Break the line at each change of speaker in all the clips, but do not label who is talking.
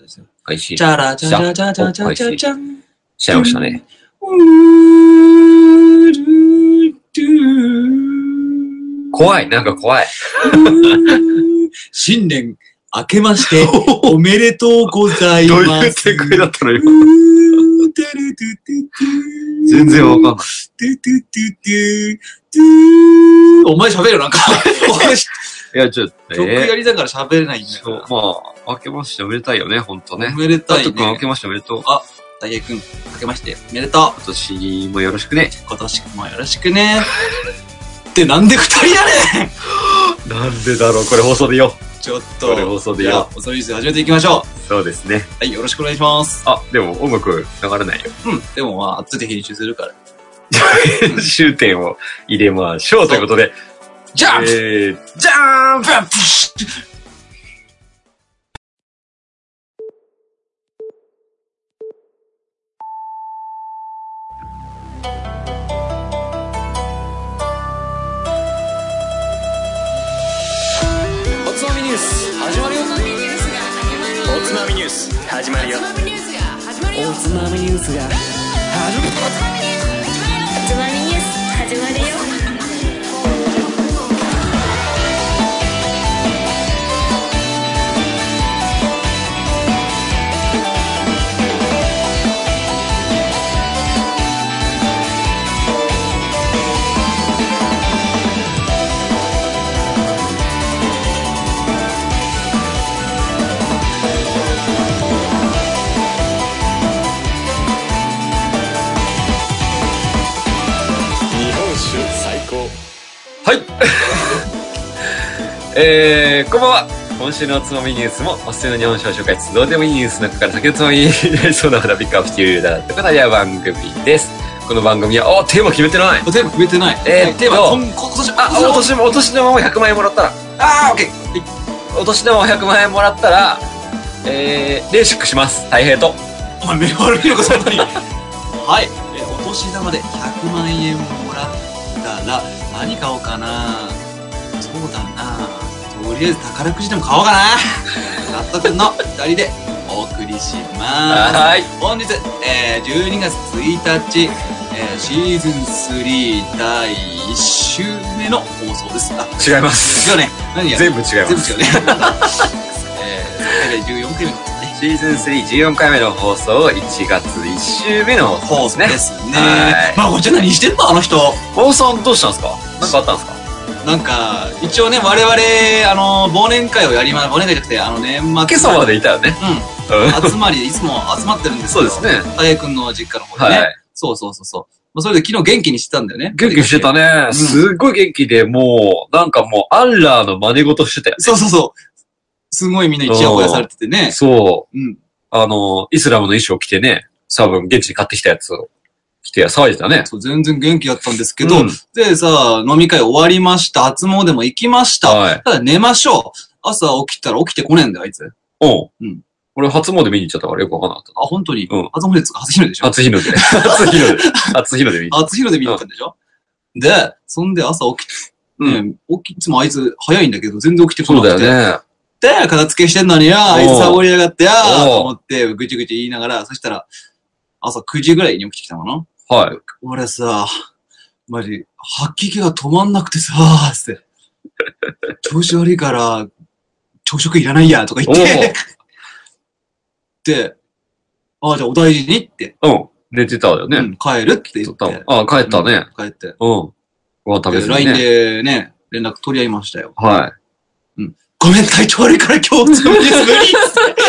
ですよ。開始。
チャラチャラチャチャチャチャチャン。
しちゃいましたね。怖い、なんか怖い。
新年明け ましておめでとうござい
どう
ま
いう
す。
展開だったの今。全
全
然わかんない。
お前喋るなんか。
いや、ちょっと、
曲
え
やりながら喋れないんだ
ー、そ
よ
う、。まあ、明けましておめでたいよね、ほんとね
お。めで
タ
た
ト
い
君明
ね
け。ましておめでとう。
大平君、明けましておめでとう。
今年もよろしくね。
今年もよろしくね。ってなんで二人やねん
なんでだろう、これ放送でよ。
ちょっ。
ことれ放送で
じゃあ
よ。、
恐れ入り始めていきましょ
そうですね
う。。はい、よろしくお願いします。
あ、でも音楽流れないよ。
うん。でもまあ、後で編集するから。
終点を入れましょうということで。
じゃあ、
えー、
じゃーんブンプシュ
おつまみニュース始まるよ
おつまみニュースが始まるよ
おつまみニュース始まるよ
おつまみニュースが始まるよ
おつまみニュースが
つまみニュース始まるよ
日本酒最高
はい。 えー、こんばんは。今週のおつまみニュースも、おすすめの日本酒を紹介しつつ、どうでもいいニュースの中から先のつまみになりそうな話題をピックアップしているだとかなや番組です。この番組は、お、テーマ決めてない。
テーマ決めてない。
えーっと
テーマ、今今年、
あ、
今
お
年
年も、お年玉を100万円もらったら、
あー、オッケー。
お年玉を100万円もらったら、えー、レーシックします。大平と。
お前、目悪いのか、そんなに。 はい。えー、お年玉で100万円もらったら、何買おうかなそうだなとりあえず宝くじでも買 おうかな納得の二人でお送りします。
はい。
本日、えー12月1日、えーシーズン3第1週目の放送です。あ、
違います。
違うね。何や
全部違い ます
全。部違うね。えー、14回目の
シーズン3、14回目の放送、1月1週目の放送
放
です
送で
ね。
すね
は。い
まあ、こちゃん何してんのあの人。
大尾さんどうしたんですかなんかあったんですか
なんか、一応ね、我々、あの、忘年会をやりま、忘年会じゃなくて、あの、年末。
今朝までいたよね。
うん。集まりでいつも集まってるんです
そ
よ
うです。ね。
たいくんの実家の方でね。
はい。
そうそうそうそう。まあ、それで昨日元気にしてたんだよね。
元気してたね。
ん
すっごい元気で、もう、なんかもう、アンラーの真似事してたよ
そうそうそう。すごいみんな一夜ぼやされててね
ね。。そう。
うん。
あの、イスラムの衣装着てね、多分現地に買ってきたやつを着て騒いでたね。
そう、全然元気だったんですけど、
うん
でさ、飲み会終わりました。初詣も行きました。
はい。
ただ寝ましょう。朝起きたら起きてこねえんだよ、あいつ。あ、
う
うん
ん。俺、初詣見に行っちゃったからよくわかんなかった。
本当に。
うん
初詣つか初日の出でしょ
初日の出。初日 の出。初日の出見に行っ
初日の出見に行ったんでしょ、で、そんで朝起き
う
て、ね起き、いつもあいつ早いんだけど、全然起きて
た。
こ
そ
な
う
くて。
だよね。
で、片付けしてんのによ、あいつサボりやがってよ、
おう
と思って、ぐちぐち言いながら、そしたら、朝9時ぐらいに起きてきたのかな
はい。
俺さ、マジ、吐き気が止まんなくてさ、つって。調子悪いから、朝食いらないや、とか言
お
って、 で、ああ、じゃあお大事にって、
おうん。寝てたよ
う
ね。
ん帰るって言
撮
っ
った
て
もん。。あ、帰ったね。
うん。帰って。
うん。ご飯食べ
で
ずに
LINE
ね。
でね、連絡取り合いましたよ。
は
ごめん、体調悪いから今日つまみです無理っつって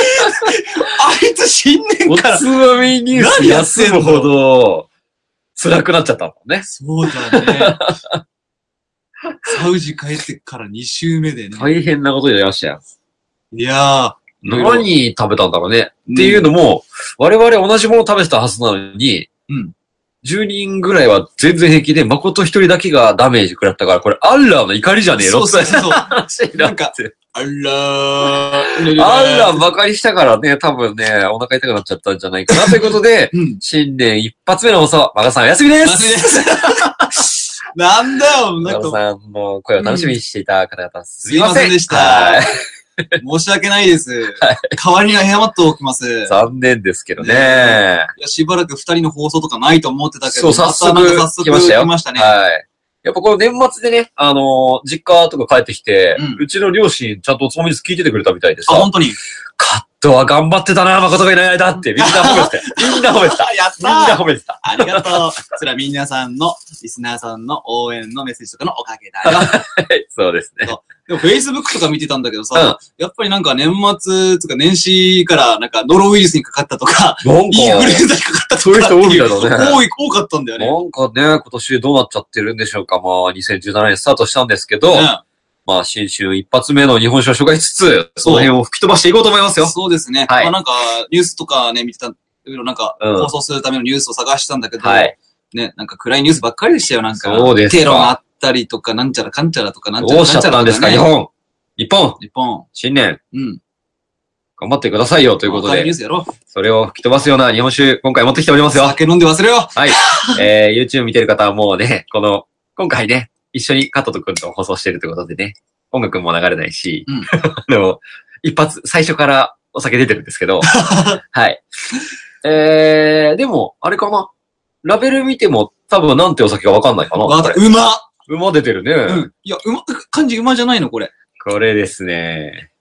あいつ新
い。
年から。
まみニ
何やってん
休
の
むほど、辛くなっちゃったもんね。
そうだね。サウジ帰ってから2週目でね。
大変なことになりましたよ。
いやー、
何食べたんだろうね。
うん
っていうのも、我々同じもの食べてたはずなのに、
うん
10人ぐらいは全然平気で、誠一人だけがダメージ食らったから、これアッラーの怒りじゃねえ
そ
の
う
っ
そう
て
そうそう。あ
話になって。
らー。
アッラーばかりしたからね、多分ね、お腹痛くなっちゃったんじゃないかなということで、
うん。
新年一発目の放送、マガさんお休みで
マジですす。なんだよ、
マ
なん
ガ
か。
さんの声を楽しみにしていた方々、す
すい
い
ま
ま
せ
せ
ん
ん
でした
はい
申し訳ないです。代わりに謝っておきます。い
残念ですけどね。
ねやしばらく二人の放送とかないと思ってたけ
そ
ど、
う、早速
またなんか早
来ました
速
よ。
来ましたね。
はい。やっぱこの年末でね、あのー実家とか帰ってきて、う
うん
ちの両親ちゃんとおつまみず聞いててくれたみたいでさ
あ、、本当に。
カットは頑張ってたな、 誠がいない間って、みんな褒めてた。みんな褒めてた。
やっ
みんな
た
褒めてた。
ありがとう。それは皆さんの、リスナーさんの応援のメッセージとかのおかげだ よ。
はい、そうですね。
でも Facebook とか見てたんだけどさ、やっぱりなんか年末、つうか年始からなんかノロウイルスにかかったとか、
なん
インフルエ
か、
ンザにかかったとか
そういう人多いんだろうね
多い、多かったんだよね。
なんかね、今年どうなっちゃってるんでしょうか。まあ、2017年スタートしたんですけど、
う
まあ、新春一発目の日本史を紹介しつつ、その辺を吹き飛ばしていこうと思いますよ
ん、。そうですね。
はい
まあなんか、ニュースとかね、見てた、いろいろなんか、
うん
放送するためのニュースを探してたんだけど、
はい。
ね、なんか暗いニュースばっかりでしたよ、なんか。
そうですか
テロがあったりとか、なんちゃらかんちゃらとか、なんちゃ
ど
ら
うしちゃったんですか、
な
日
んちゃらとね
本。日本、
日本。
新年、
うん。
頑張ってくださいよ、ということ
明る
で
ニュー、スやろう。
それを吹き飛ばすような日本酒、今回持ってきておりますよ。
酒飲んで忘れよ
はい。えー、YouTube 見てる方はもうね、この、今回ね、一緒に加藤とくんと放送してるってことでね、音楽も流れないし、
うん
あの、一発、最初からお酒出てるんです けど、はい。えー、でも、あれかな。ラベル見ても多分なんてお酒かわかんないか
う。
な。
わか
こ
った。
れ
うま
馬出てるね。
うん。いや、うま、漢字うまじゃないのこれ。
これですね。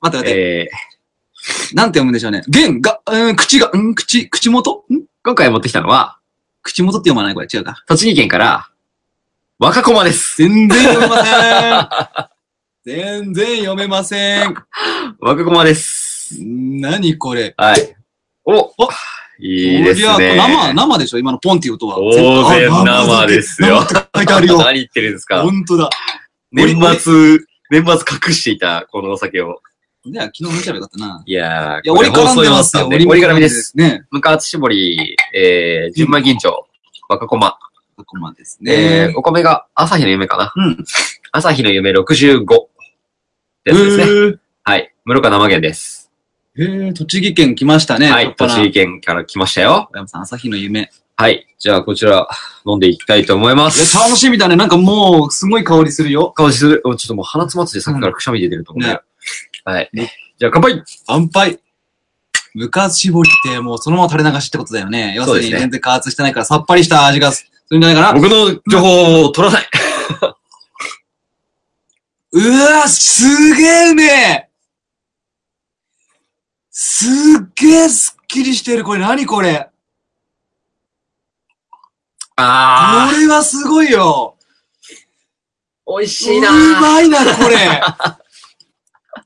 待って待って。
えー、
なんて読むんでしょうね。弦が、うん、口が、うん、口、口元ん
今回持ってきたのは、
口元って読まないこれ。違うか。
栃木県から、若駒です。
全然読めません。全然読めません。
若駒です。
何これ。
はい。お
お
いいです
こり
ね。
ゃ生、生でしょ今のポンっていう音は。
当
全
然
部あ
生ですよ
生って書いてあるよ。
何言ってるんですか
ほんとだ。
年末、年末隠していたこのお酒を。
じゃあ昨日飲んじゃえばよかったな。
いやー、
いや、俺絡んでますよ。
折り絡みです。。
ね。
向かつ絞り、えー、純米銀杏、若駒。
ここまでです
え
ね
ー、。お米が朝日の夢かな。
うん。
朝日の夢65。ってやつですね。
え
はい。室賀生源です。
ー、栃木県来ましたね。
はい。
栃
栃木
木。
県から来ましたよ。
小山さん、朝日の夢。
はい。じゃあ、こちら、飲んでいきたいと思いま
いや
す。、
楽しみだね。なんかもう、すごい香りするよ。
顔する。おちょっともう鼻つまつでさっきからくしゃみ出てると思う、ね
ね
はい。じゃあ、乾杯
乾杯。無カツ絞りって、もうそのまま垂れ流しってことだよね。要す
そ
る
う
に
ですね
全然加圧してないから、さっぱりした味がするんじゃないかな。
僕の情報を取らない。
うわすげえうめえすっげえすっきりしてる。これ何これこ
あ
れはすごいよ
ー、美味し
うまいな、これ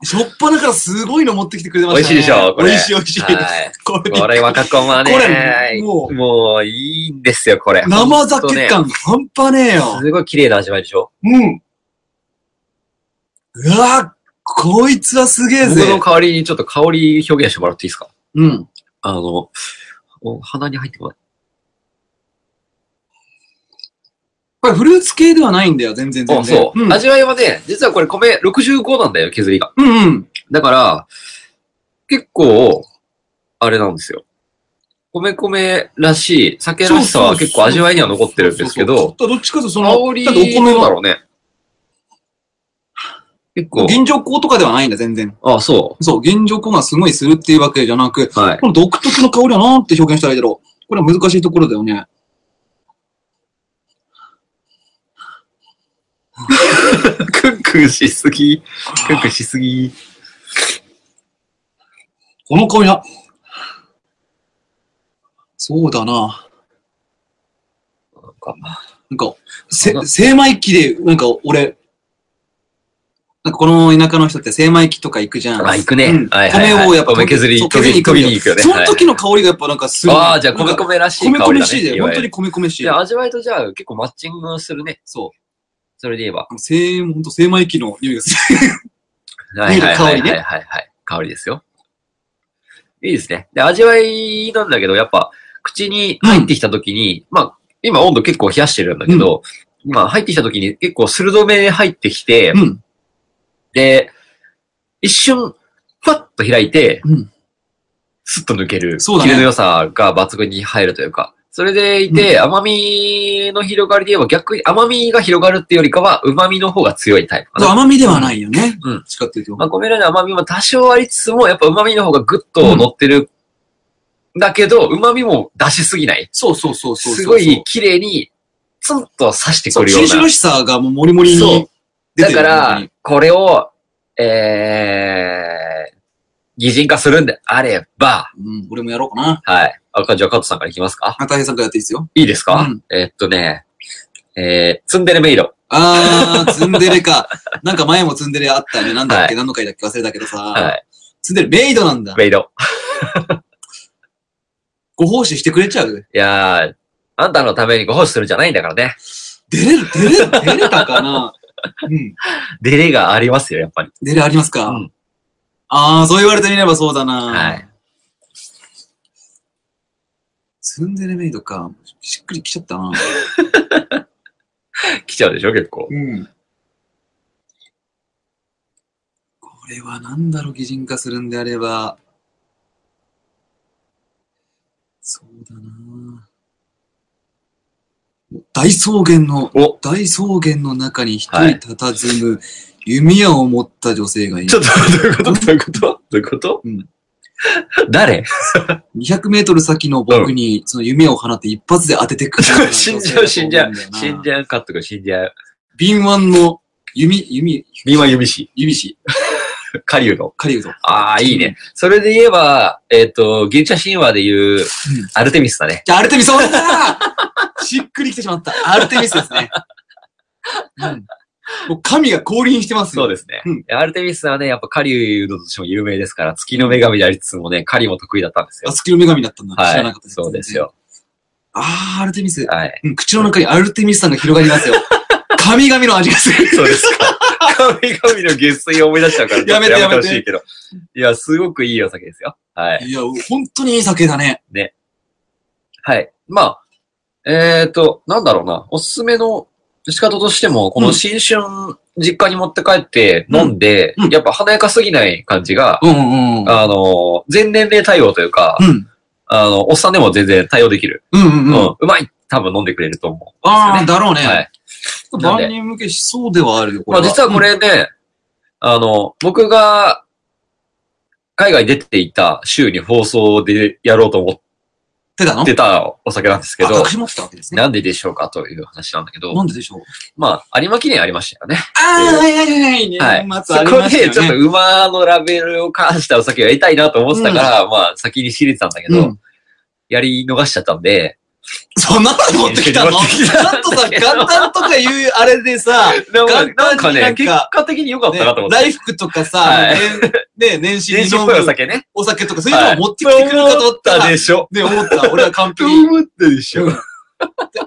しょっぱなからすごいの持ってきてくれましたね。
美味しいでしょこれ
美味しい美味しい。
はい
これ
これ若駒はね。
これもう
もういいんですよ、これ。
生
ほんと
酒
ね
感半端ねえよ。
すごい綺麗な味わいでしょ
うん。うわこいつはすげえ
僕の
ぜ。
代わりにちょっと香り表現してもらっていいですか
うん。
あの、お鼻に入ってこない。
これフルーツ系ではないんだよ、全然全
あ、
然。
そう、
ん、
味わいはね、実はこれ米65なんだよ、削りが。
うんうん。
だから、結構、あれなんですよ。米米らしい、酒らしさは結構味わいには残ってるんですけ
そうそう
ど、
そうどっちかというとそ
香
の、
り
だってお米
どうだ
は
ろうね。結構、
銀条香とかではないんだ、全然。
あ、そ
そう、銀条香がすごいするっていうわけじゃなく、
う。 はい。
この独特の香りはなんて表現したらいいだろう。これは難しいところだよね。
クンクンしすぎ。クンクンしすぎ。
この香りは、そうだな。なんか、せ、精米機で、なんか俺、なんかこの田舎の人って精米機とか行くじゃん。
あ、行くね。
うん
はいはいはい
米をやっぱ
米削り、
そう
研ぎ研ぎに行くよね。
その
はい
時の香りがやっぱなんかする。
ああ、じゃあ、米
なんか
米らしい
米
香り
米
だ
し
ね。
いで、
いわ
本
ゆ
当
る
に米米しい。
いや、味わいとじゃあ、結構マッチングするね。
そう。
それで言えば。
あの精本当精米機の匂いがする。
はいはいはい
見る香りね
はいはい、はい。香りですよ。いいですね。で、味わいなんだけど、やっぱ、口に入ってきた時に、まあ、今温度結構冷やしてるんだけど、まあ、入ってきた時に結構鋭めに入ってきて、
うん。
で、一瞬、ふわっと開いて、
うん
スッと抜ける。
そうだね
キレの良さが抜群に入るというか、それでいて、甘みの広がりで言えば逆に甘みが広がるっていうよりかは、旨みの方が強いタイプか
そう
な。
甘みではないよね。
うん
どっちかっていうと。
まあ、米の甘みも多少ありつつも、やっぱ旨みの方がグッと乗ってる。だけど、旨みも出しすぎない。
そうそうそうそうそう。
すごい綺麗に、ツンと刺して
そ
く
う、
るよう
新
な。
種らしさがもうモリモリ
そう
に出て
だ
る。
から
本、
これを、えー、擬人化するんであれば、
当にうん、俺もやろうかな。
はい。あ、じゃあ、加藤さんからいきますか。
あ、大平さんからやっていいですよ。
いいですか、
うん
えーっとね、えー、ツンデレメイロ。
あー、ツンデレか。なんか前もツンデレあったね。なんだっ
は
け、
い
何の回だっけ忘れたけどさ。
はい。
ツンデレ、メイドなんだ。
メイロ。
ご奉仕してくれちゃう。
いやー、あんたのためにご奉仕するんじゃないんだからね。
出れる、出れる、出れたかなうん。
デレがありますよ、やっぱり。
出れありますか、
うん
あー、そう言われてみればそうだな。
はい。
ツンデレメイドか。しっくりきちゃったな。
来ちゃうでしょ、結構。
うん。これは何だろう、擬人化するんであれば。そうだなぁ大草原の、
お
大草原の中に一人
はい
佇む弓矢を持った女性がいる。
ちょっと、どういうことどういうことどういうこと、
うん誰
誰
200メートル先の僕に、その弓矢を放って一発で当ててく るような女性
死ん
だ
じゃう、
と思うだ
死んじゃう。
よな
死んじゃう、カット君、死んじゃう。
敏腕の弓、弓、
三輪弓師、
弓師、
狩人。
狩人。
ああ、いいね。それで言えば、えっ、と、ギリシャ神話で言う、アルテミスだね。
じゃあ、アルテミス、そうだしっくりきてしまった。アルテミスですね。うん。もう神が降臨してますよ。
そうですね。
うん
アルテミスはね、やっぱ狩人としても有名ですから、月の女神でありつつもね、狩りも得意だったんですよ
あ、。月の女神だったんだ。知ら
は
ないかった。
そうです。よ。
あー、アルテミス。
はい。
うん、口の中にアルテミスさんが広がりますよ。神々の味がする。
そうですか。神々の下水を思い出しちゃうから、
やめて
ちょっと
やめて
ほしいけど。いや、すごくいいお酒ですよ。はい。
いや、本当にいい酒だね。
はい。まあ、えっ、と、なんだろうな。おすすめの仕方としても、こ
う
の
ん
新春、実家に持って帰って飲んで、
うんうん
やっぱ華やかすぎない感じが、
うんうんうん。
あの、全年齢対応というか、
うん。
あの、おっさんでも全然対応できる。
うんう
うん
うん。
うまい多分飲んでくれると思
あー、だろう
う。
ね。
はい。
ちょっと万人向けしそうではあるよ、こ
ま
れ
あ実はこ、れね、あの、僕が、海外出ていた週に放送でやろうと思
手だの
ってたお酒なんですけ
あ
ど
隠、し持ってたわけですね。
なんででしょうかという話なんだけ
な
ど、
んででしょう
まあ、有馬記念ありましたよね。
あー、はいはいはい。年
はい。
末あり
そこ
ましたよ
で、
ね
ちょっと馬のラベルを冠したお酒をやりたいなと思ってたから、まあ、先に知れてたんだけど、
うん
やり逃しちゃったんで、
そんなの持ってきたの
持って
ち
きた
ゃんとさ、元旦とかいうあれでさ、ね
でも
簡単に
なんか
なんか
ね、結果的に良かったなと思って。
大福とか
は
さ
い、
ね、ね年始に
電子っ
飲
ぽいお
む
酒ね。
お酒とか、そういうのを持ってきてくるかと思ったら、ね、
でしょ。
思った。俺は完璧 に。
思ったでし
ょ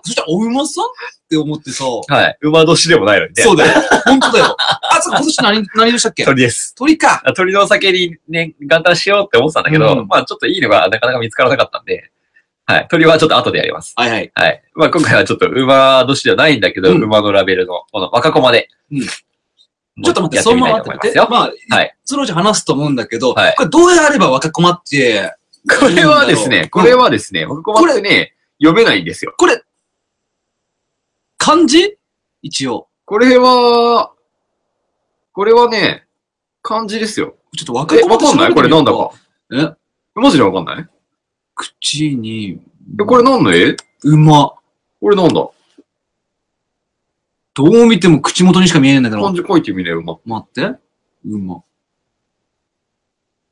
そしたら、お馬さんって思ってさ、
はい。馬年でもないのにね。。
そううだよ。本当だよ。あ、そう、今年何、何でしたっけ
鳥です。
鳥か。
あ鳥のお酒にね、元旦しようって思ってたんだけど、
うん
まあちょっといいのがなかなか見つからなかったんで、はい。鳥はちょっと後でやります。
はいはい。
はい。まあ今回はちょっと馬年ではないんだけど、
うん
馬のラベルの、この若駒で。
うんちょっと待って、
や
その
み
ま
たい
ま
と思い
待っ
ま
て
す
て。
よ。
ま
は
あ
い、
そのうち話すと思うんだけど、こ
はい
れどうやれば若駒って、
これはですね、これはですね、若駒ってね、読めないんですよ。
これ、漢字一応。
これは、これはね、漢字ですよ。
ちょっと若
え、
駒
わ
って
かんないこれなんだ
調
か。
べてみようか。え
マジでわかんない
口に、
え、これ何の絵
馬。
これなんだ
どう見ても口元にしか見えないんだけ
漢
ど。
字書いてみれよ、ま。
待って。馬。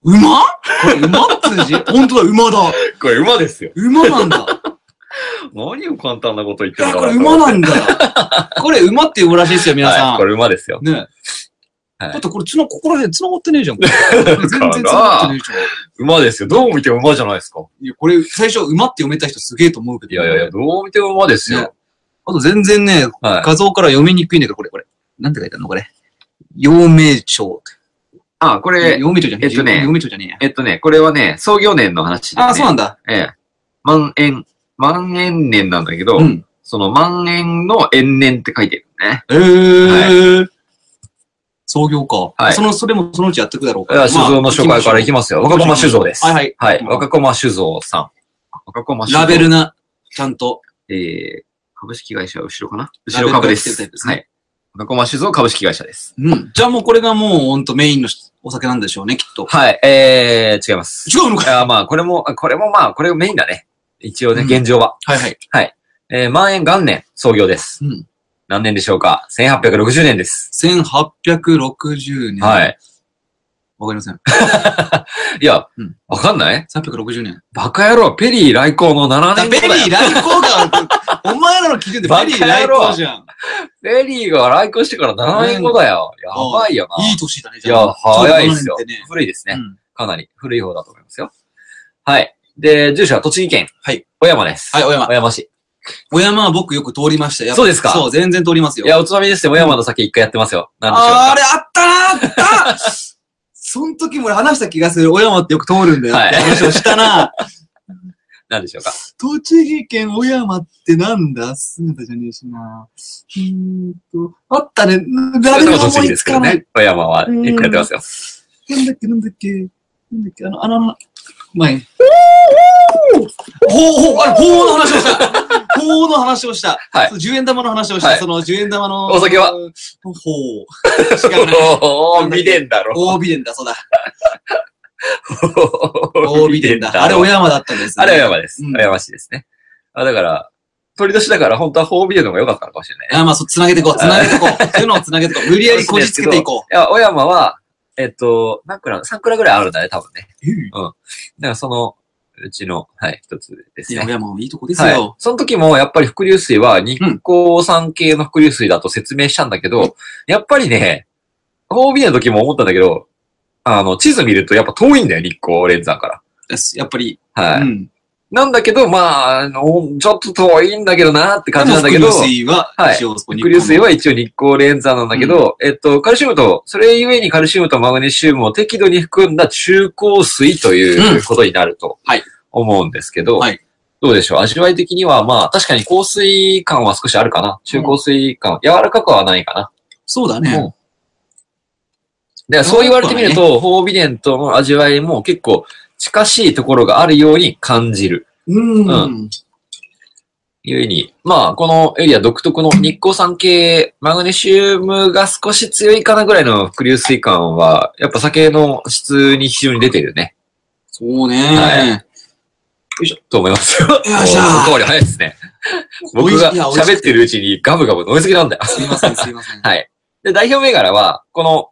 馬これ馬っ て字本当だ、馬だ。
これ馬ですよ。
馬なんだ。
何を簡単なこと言って
いや、
る
これ馬なんだ。これ馬って呼ぶらしいですよ、皆さん。
これ馬ですよ。
ね
はい
だってこれつな、ここら辺繋がってねえじゃん。これ全然繋がってねえじゃん。
馬ですよ。どう見ても馬じゃないですか。
いや、これ最初馬って読めた人すげえと思うけど。
いやいやいや、。どう見ても馬です
ね
よ。
あと全然ね、
はい。
画像から読みにくいんだけど、これ、これ。なんて書いてあるのこれ。陽明鳥。
あ、これ、
陽明鳥じゃねえ。
えっとね
陽明鳥じゃねえや。
えっとね、これはね、創業年の話で、ね。
あ、そうなんだ。
ええ。万円、万円年なんだけど、
うん。
その万円の延年って書いてるね。
えー。創業か。
はい
その、それもそのうちやっていくだろう
では酒造の紹介からいき
ま
ますよ。若駒酒造です。
はいはい
若駒酒造さん。若駒
す。ラベルな。ちゃんと。
えー、株式会社は後ろかな
ラ
後
ベル
ろ株で
がついてるタイ
す
プで。すね
はい。中駒酒造株式会社です。
うん。じゃあもうこれがもうほんとメインのお酒なんでしょうね、きっと。
はい、えー、違います。
違うのかよ
あまあ、これも、あこれもまあ、これがメインだね。一応ね、
うん
現状は。
はいはい。
えー、万円元年創業です。
うん
何年でしょうか ?1860 年です。
1860年。
はい。。
わかりません。
いや
うん、
わかんない
360年。
バカ野郎、ペリー来航の7
だ
年
ベ
後
リ
だよ
ー来航が、お前らの基準でベリー来航じゃん。
ペリーが来航してから7年後だよ。やばいよな。
いい年だね、
いや、早いですよ
ちょうど7年ってね。
古いですね。
うん
かなり古い方だと思いますよ。はい。で、住所は栃木県。
はい。
小山です。
はい、小山。
小山市。
小山は僕よく通りましたよ。
そうですか
そう、全然通りますよ。
いや、おつまみですね。小山の酒一回やってますよ。なんでしょう
あ
か
ーあ。れ、あったなあったその時も俺話した気がする。小山ってよく通るんだよって話をしたな。
なんでしょうか。
栃木県小山ってなんだ姿じゃねえしな。うーんと、あったね。誰
それも
も
栃
思
木
い
で
つ
すか
からない。
ね。小山は一回やってますよ。
なんだっけ、なんだっけ。なんだっけ、あの、あの、あの前。ほうほうあれ、ほうの話をしたほうの話をした
はい
そう10円玉の話をし
は
た。
い
その10円玉の。
お酒は
ほう。違うな。
おー、見てんだろ。
大美伝だ、そうだ。
お
大 美伝だ。あれ、
ろ
小山だったんです、
あれは小山です。
うん
小山市ですね。あ、だから、鳥年だから本当は褒美るのが良かったのかもしれないね。
あ、まあ、そう、つなげていこう、つなげていこう。そういうのをつなげていこう。無理やりこじつけていこ
いや、小山は、えっと、何蔵、3蔵ぐらいあるんだね、多分ね。
う。い
だからその、うちの、はい、一つです
や、小
ね。
山もいいとこですよ。
はい。その時も、やっぱり伏流水は日光産系の伏流水だと説明したんだけど、やっぱりね、OB の時も思ったんだけど、あの、地図見るとやっぱ遠いんだよ、日光連山か
やっぱり、
ら。はい。
うん。
なんだけど、まあ、あの、ちょっと遠いんだけどなーって感じなんだけ
で
ど
も、伏流水は、
はい
一応そこに。
伏流水は一応日光連山なんだけど、えっと、カルシウムと、それゆえにカルシウムとマグネシウムを適度に含んだ中硬水といううことになると
はい
思うんですけど、
はい
どうでしょう味わい的には、まあ、確かに香水感は少しあるかな。中硬水感、柔らかくはないかな。
そうだね。
で、そう言われてみると、ホービデンとの味わいも結構近しいところがあるように感じる。
うん。
うゆえに、まあ、このエリア独特の日光産系、マグネシウムが少し強いかなぐらいの伏流水感は、やっぱ酒の質に非常に出てるね。
そうね。
はいと思いますよ。よ
いしょ
おかわり早いですね。
おい
僕が
いや美味しく
喋ってるうちにガブガブ飲みすぎなんだよ。
すいません、すい ません。
はい。で、代表銘柄は、この、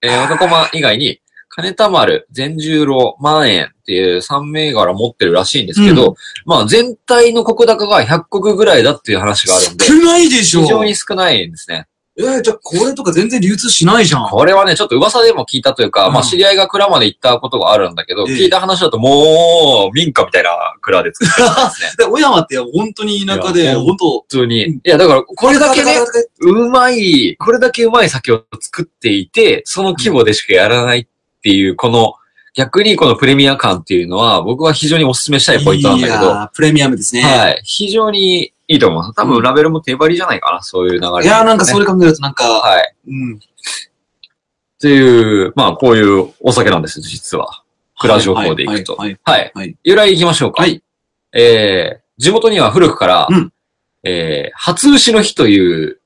えー、若駒以外に、金田丸、全十郎、万円っていう3銘柄持ってるらしいんですけど、まあ全体の国高が100国ぐらいだっていう話があるんで、
少ないでしょ
非常に少ないんですね。
えー、じゃあこれとか全然流通しないじゃん。
これはね、ちょっと噂でも聞いたというか、
うん
まあ知り合いが蔵まで行ったことがあるんだけど、
ええ
聞いた話だともう民家みたいな蔵で作ってたん ですね。
で、小山って本当に田舎
い
で、
や
本当、
普通に。いや、だからこれだけね、うまい、これだけうまい酒を作っていて、その規模でしかやらないっていう、この、逆にこのプレミア感っていうのは、僕は非常にお勧めしたいポイントなんだけ
い
ど、
やープレミアムですね。
はい。非常にいいと思う。多分ラベルも手張りじゃないかな、そういう流れ、
いやーなんかそ
れ。
れ考えるとなんか、
はい。
うん。
っていう、まあ、こういうお酒なんです、実は。蔵情報でいくと。
はい。
はい
はい。
由来行きましょうか。
はい。
えー、地元には古くから、
うん
えー、初牛の日という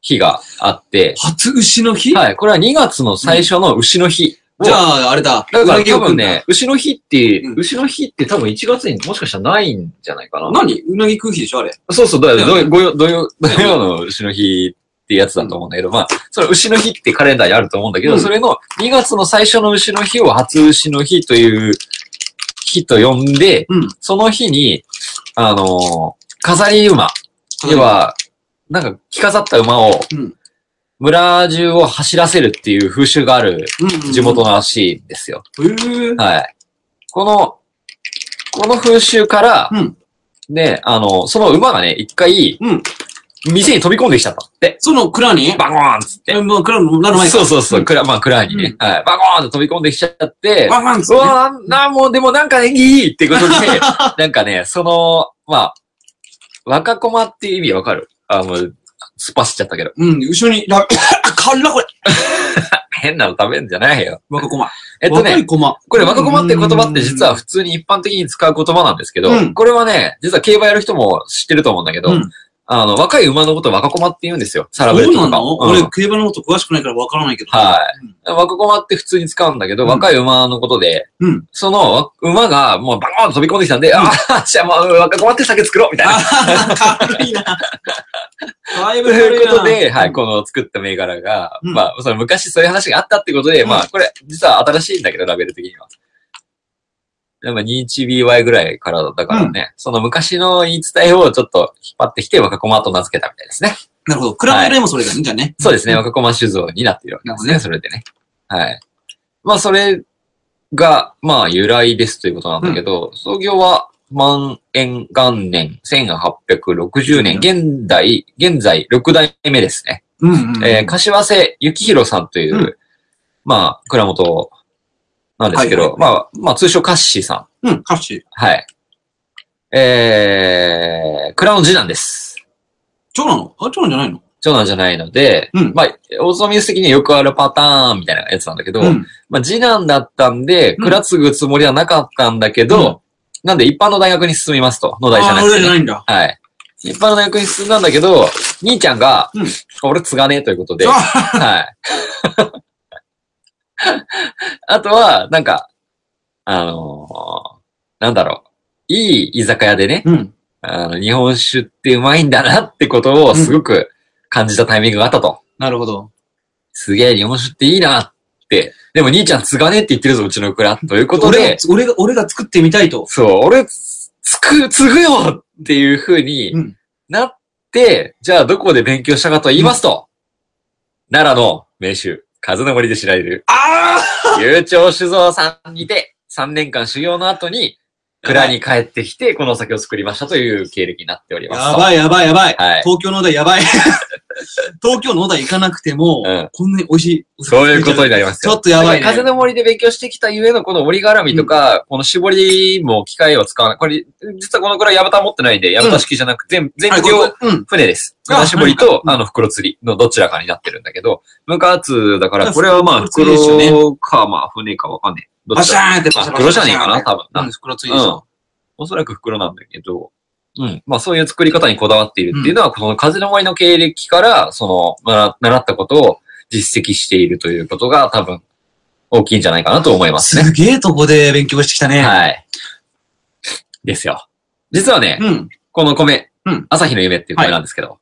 日があって、
初牛の 日
はい。これは2月の最初の牛の日。
じゃ
あ、
あ、あれだ。
だか
う
ら
なぎを
多
食う
分
んだ。
ね、牛の日って、
うん
牛の日って多分1月にもしかしたらないんじゃないかな。
何うなぎ食う日でしょあれ。
そうそう、だから
だよ
どう、ごよ、土曜、土曜の牛の日ってやつだと思うんだけど、まあ、その牛の日ってカレンダーにあると思うんだけど、
うん
それの2月の最初の牛の日を初牛の日という日と呼んで、
うん
その日に、あのー飾り馬、要は、なんか着飾った馬を
うん、
村中を走らせるっていう風習がある
うんうんうん
地元。らしいんですよ。
へー
はい。この、この風習から、
うん
で、あの、その馬がね、一回、
うん
店に飛び込んできちゃったって。
その蔵に
バコーンっつって。
え、もう蔵の、なる前
そうそうそう、くら、まあ、蔵にね、はい。バコーンと飛び込んできちゃって、
ワンワンつ
うわーな、もう、でもなんかね、いいってこと で、なんかね、その、まあ、若駒っていう意味わかるあの、スパしちゃったけど。
うん、後ろにラ、 辛っこれ。
変なの食べんじゃないよ。
若駒。
えっと
若
ね
い、駒。
これ若駒って言葉って実は普通に一般的に使う言葉なんですけど、
うん
これはね、実は競馬やる人も知ってると思うんだけど、
うん
あの、若い馬のことを若駒って言うんですよ。サラブレ
そ
ッ
う
ド
な
とか
の
を。
俺、競馬のこと詳しくないからわからないけど。。
はい若駒って普通に使うんだけど、
うん
若い馬のことで、
うん
その馬がもうバコーンと飛び込んできたんで、ああ、じゃあもう若駒って酒作ろうみたいな。
あ軽いな。だ い
と
ぶ軽
い
いうな
ことで、はい、この作った銘柄が、
うん
まあ、その昔そういう話があったってことで、
うん
まあ、これ、実は新しいんだけど、ラベル的には。なんか 21BY ぐらいからだからね、その昔の言い伝えをちょっと引っ張ってきて、若駒と名付けたみたいですね。
なるほど。クラブレもそれだね、じゃあね。
そうですね、若駒酒造になっているわけですね、
なる
それでね。はい。まあ、それが、まあ、由来ですということなんだけど、創業は、万延元年、1860年、現代、現在、6代目ですね。
うんうんうん。
えー、柏瀬幸宏さんという、
うん
まあ、蔵元なんですけど、
はいは
まあ、まあ、通称カッシーさん。
うん、歌手。
はい。えー、蔵の次男です。
長男のあ、長男じゃないの
長男じゃないので、
うん
まあ、オーソミュース的によくあるパターンみたいなやつなんだけど、
うん。
まあ、次男だったんで、
うん
蔵継ぐつもりはなかったんだけど、なんで一般の大学に進みますと、の大じゃな
あ、
く
俺
て
じ
ね、
ゃないんだ。
はい。一般の大学に進んだんだけど、兄ちゃんが、
うん
俺継がねえということで、
あ
はい。 あとは、なんか、あのーなんだろう。いい居酒屋でね、
うん。
あの、日本酒ってうまいんだなってことをすごく感じたタイミングがあったと。
なるほど。
すげえ、日本酒っていいなって。でも兄ちゃん継がねえって言ってるぞ、うちの蔵。ということ
俺が
で、、
俺が、俺が作ってみたいと。
そう、俺、つく、継ぐよっていう風に
うん
なって、じゃあどこで勉強したかと言いますと、奈良の名手、風の森で知られる、
あ
悠長酒造さんにて、3年間修行の後に、蔵に帰ってきて、このお酒を作りましたという経歴になっており
あ
ます。
やばいやばいやばい。
はい
東京の大やばい。 東京の大行かなくても、
うん
こんなに美味しい。
そういうことになります
ち
よ
ょっとやばい、ね。
風の森で勉強してきたゆえのこの折り絡みとか、この絞りも機械を使わない。これ、実はこの蔵矢端持ってないんで、矢端式じゃなくて、全全
あこれ
量
うん。
船です。
あ
船絞りと、あの、袋釣りのどちらかになってるんだけど、無価圧だから、
あ
これはまあ、
袋釣りですよね
袋か、まあ、船かわかんねえ。どっ
バ
ち
シ
だ
ャーンって
ま
バ
あ、
シャバシャ。
袋じゃねえかな、多分な。
うん、袋ついて
うんおそらく袋なんだけど、うん。まあそういう作り方にこだわっているっていうのは、この風の森の経歴から、その、習習ったことを実績しているということが多分、大きいんじゃないかなと思いますね。
すげえとこで勉強してきたね。
はい。ですよ。実はね、
うん。
この米、
うん
朝日の夢っていう米なんですけど、